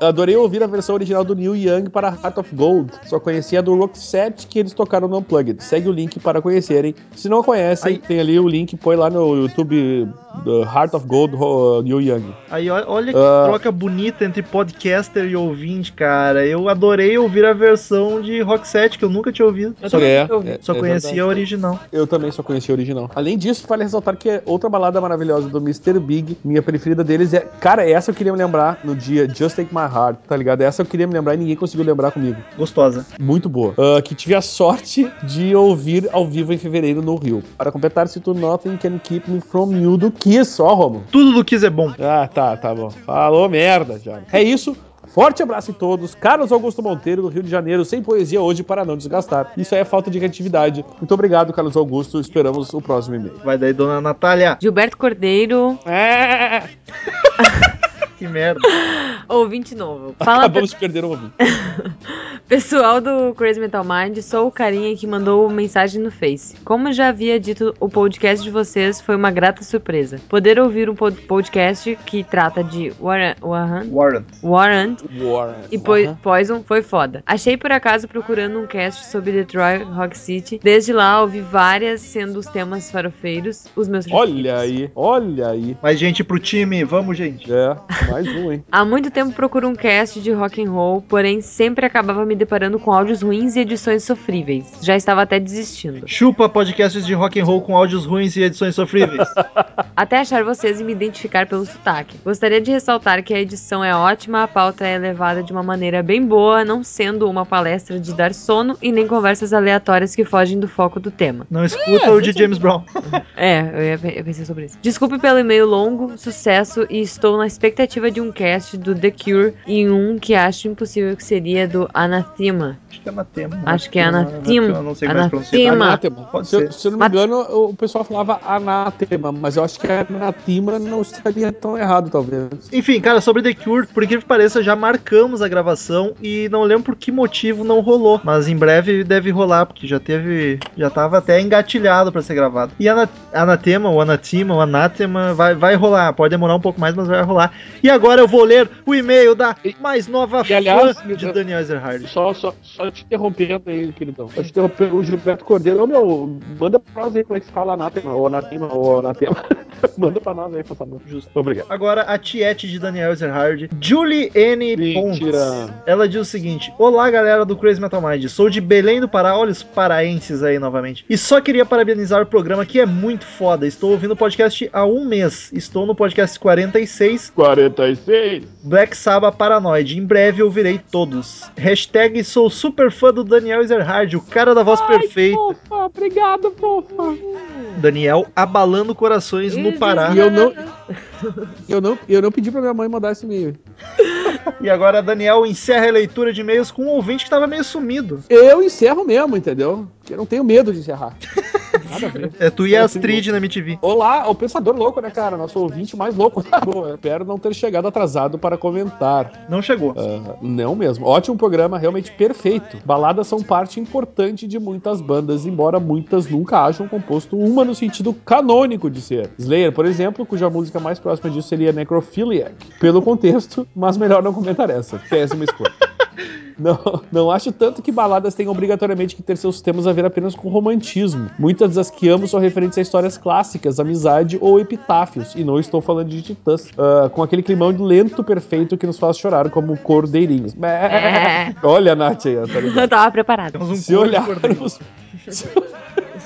Adorei ouvir a versão original do Neil Young para Heart of Gold. Só conhecia a do Roxette que eles tocaram no Unplugged. Segue o link para conhecerem. Se não conhecem,
Aí-
tem ali o link, põe lá no YouTube do Heart of Gold uh, Neil Young.
Aí ó- olha que
Ah.
troca bonita entre podcaster e ouvinte, cara. Eu adorei ouvir a versão de Rock 7, que eu nunca tinha ouvido.
Eu
Só-
também
é,
nunca ouvi.
é.
Só conhecia
verdade.
a original.
Eu também só conheci o original. Além disso, vale ressaltar que é outra balada maravilhosa do Mr. Big, minha preferida deles é. Cara, essa eu queria me lembrar no dia Just Take My Heart, tá ligado? Essa eu queria me lembrar e ninguém conseguiu lembrar comigo.
Gostosa.
Muito boa. Ah, que tive a sorte de ouvir ao vivo em fevereiro no Rio. Para completar, cito Nothing Can Keep Me From You do Kiss, ó, Romo.
Tudo do Kiss é bom.
Ah, tá, tá bom. Falou merda já. É isso. Forte abraço em todos. Carlos Augusto Monteiro, do Rio de Janeiro, sem poesia hoje para não desgastar. Isso aí é falta de criatividade. Muito obrigado, Carlos Augusto. Esperamos o próximo e-mail.
Vai daí, dona Natália.
Gilberto Cordeiro, É.
Que merda.
ouvinte novo. Fala,
Acabamos de Ah, perder o ouvinte.
Pessoal do Crazy Metal Mind, sou o carinha que mandou mensagem no Face. Como já havia dito, o podcast de vocês foi uma grata surpresa. Poder ouvir um pod- podcast que trata de Warren, Warren,
Warren.
Warren
Warren.
e po-
Uhum.
Aham.
Poison foi foda. Achei por acaso procurando um cast sobre Detroit Rock City. Desde lá ouvi várias, sendo os temas farofeiros os meus
Olha aí, olha aí.
Mais gente pro time, vamos, gente.
É, mais um, hein?
Há muito tempo procuro um cast de rock and roll, porém sempre acabava me deparando com áudios ruins e edições sofríveis. Já estava até desistindo.
Chupa podcasts de rock and roll com áudios ruins e edições sofríveis.
Até achar vocês e me identificar pelo sotaque. Gostaria de ressaltar que a edição é ótima, a pauta é levada de uma maneira bem boa, não sendo uma palestra de dar sono e nem conversas aleatórias que fogem do foco do tema.
Não escuta o de James Brown.
É, eu ia pe- eu pensei sobre isso. Desculpe pelo e-mail longo, sucesso e estou na expectativa de um cast do The Cure e um que acho impossível que seria do Anathema.
Acho que é anatema.
Acho que é anatema.
Eu não sei como é que pronuncia.
Anatema.
Anátema.
Pode
Se, eu-
ser.
se eu não me
Mas-
engano, o pessoal falava anátema, mas eu acho que anátema não estaria tão errado, talvez.
Enfim, cara, sobre The Cure, por incrível que pareça, já marcamos a gravação e não lembro por que motivo não rolou. Mas em breve deve rolar, porque já teve. Já tava até engatilhado pra ser gravado. E ana, Anatema, o Anatema, o Anatema, vai, vai rolar. Pode demorar um pouco mais, mas vai rolar. E agora eu vou ler o e-mail da mais nova
E, aliás,
fã de Daniel Ezerhard.
Só, só, só te interrompendo aí, queridão. Só te interrompendo, o Gilberto Cordeiro. Ô, meu, manda pra nós aí como é que se fala anátema, ou anátema, ou anátema. manda pra nós aí, por favor. Justo. Obrigado.
Agora a tiete de Daniel Ezerhard, Julie N. Pontes.
Mentira.
Ela diz o seguinte: Olá, galera do Crazy Metal Mind. Sou de Belém do Pará, olha os paraenses aí novamente. E só queria parabenizar o programa que é muito foda. Estou ouvindo o podcast há um mês. Estou no podcast 46,
46.
Black Sabbath Paranoid. Em breve ouvirei todos. Hashtag sou super fã do Daniel Ezerhard, o cara da voz perfeita.
Fofa, obrigado, fofa.
Daniel abalando corações no Pará.
E eu não, eu não, eu não pedi pra minha mãe mandar esse e-mail.
E agora Daniel encerra a leitura de e-mails com um ouvinte que tava meio sumido.
Eu encerro mesmo, entendeu? Porque eu não tenho medo de encerrar. Nada a ver.
É tu e a Astrid na MTV.
Olá, o pensador louco, né, cara? Nosso ouvinte mais louco. Bom, eu espero não ter chegado atrasado para comentar.
Não chegou.
Ah, não mesmo. Ótimo programa, realmente perfeito. Baladas são parte importante de muitas bandas, embora muitas nunca hajam composto uma no sentido canônico de ser. Slayer, por exemplo, cuja música mais próxima disso seria Necrophiliac. Pelo contexto, mas melhor não comentar essa. Péssima escolha. Não, não acho tanto que baladas tenham obrigatoriamente que ter seus temas a ver apenas com romantismo. Muitas das que amo são referentes a histórias clássicas, amizade ou epitáfios, e não estou falando de titãs, Ah, com aquele climão lento perfeito que nos faz chorar como cordeirinhos.
É.
Olha, Nath, aí, ó, tá ligado?
Eu tava preparado.
Temos um
se
corpo de
olharmos. Se,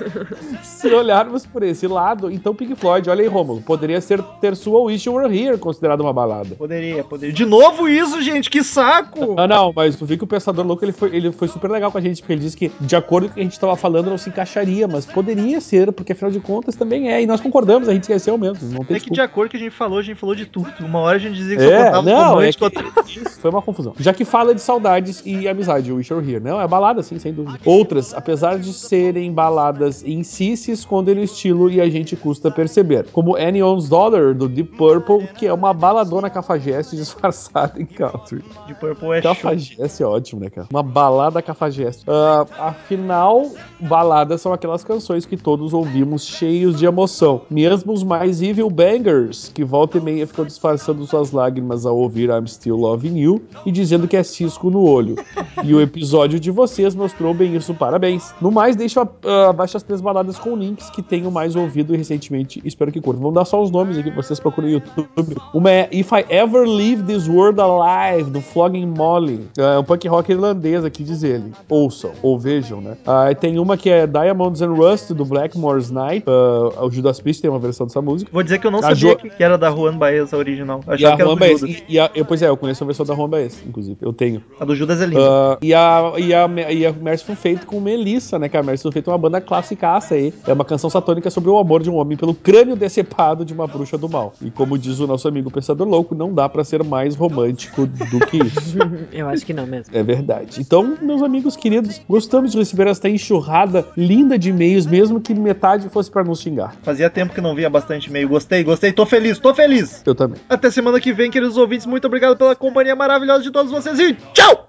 se olharmos por esse lado, então Pink Floyd, olha aí, Romulo, poderia ser ter sua Wish You Were Here considerada uma balada.
Poderia, poderia. De novo isso, gente, que saco!
Ah, não, mas tu viu que o Pensador Louco ele foi, ele foi super legal com a gente, porque ele disse que, de acordo com o que a gente tava falando, não se encaixaria, mas poderia ser, porque afinal de contas também é. E nós concordamos, a gente esqueceu mesmo. Não tem
É que de acordo que a gente falou, a gente falou de tudo. Uma hora a gente dizia que só
é,
contava
não, é
romântico,
que, isso foi uma confusão. Já que fala de né? saudades e amizade, o Wish You're Here, não, é balada, sim, sem dúvida. Outras, apesar de serem baladas letras em si se escondem no estilo e a gente custa perceber. Como Anyone's Daughter, do Deep Purple, que é uma baladona cafajeste disfarçada em country.
De Purple é show.
Cafajeste é ótimo, né, cara? Uma balada cafajeste. Ah, afinal, baladas são aquelas canções que todos ouvimos cheios de emoção. Mesmo os mais evil bangers, que volta e meia ficam disfarçando suas lágrimas ao ouvir I'm Still Loving You e dizendo que é cisco no olho. E o episódio de vocês mostrou bem isso, parabéns. No mais, deixo a- ah, abaixo as três baladas com links que tenho mais ouvido recentemente. Espero que curtam. Vamos dar só os nomes aqui, vocês procuram no YouTube. Uma é If I Ever Leave This World Alive, do Flogging Molly. É um punk rock irlandês aqui, diz ele. Ouçam, ou vejam, né? Ah, e tem uma que é Diamonds and Rust, do Blackmore's Night. Ah, o Judas Priest tem uma versão dessa música.
Vou dizer que eu não
A
sabia
Jo-
que, que era da Juan Baez a original. Eu
E
achava
a
que era
Juan
do
Baez,
Judas.
e, e a, eu, pois é, eu conheço a versão da Juan Baez, inclusive. Eu tenho.
A do Judas é linda.
Ah, e, a, e, a, e a Merciful Fate com Melissa, né, cara? Merciful Fate é uma banda classicaça aí. É uma canção satânica sobre o amor de um homem pelo crânio decepado de uma bruxa do mal. E como diz o nosso amigo Pensador Louco, não dá pra ser mais romântico do que isso.
Eu acho que não mesmo.
É verdade. Então, meus amigos queridos, gostamos de receber esta enxurrada linda de e-mails, mesmo que metade fosse pra nos xingar.
Fazia tempo que não via bastante e-mail. Gostei, gostei. Tô feliz, tô feliz.
Eu também.
Até semana que vem, queridos ouvintes. Muito obrigado pela companhia maravilhosa de todos vocês e tchau!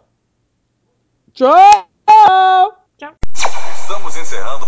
Tchau!
Estamos encerrando.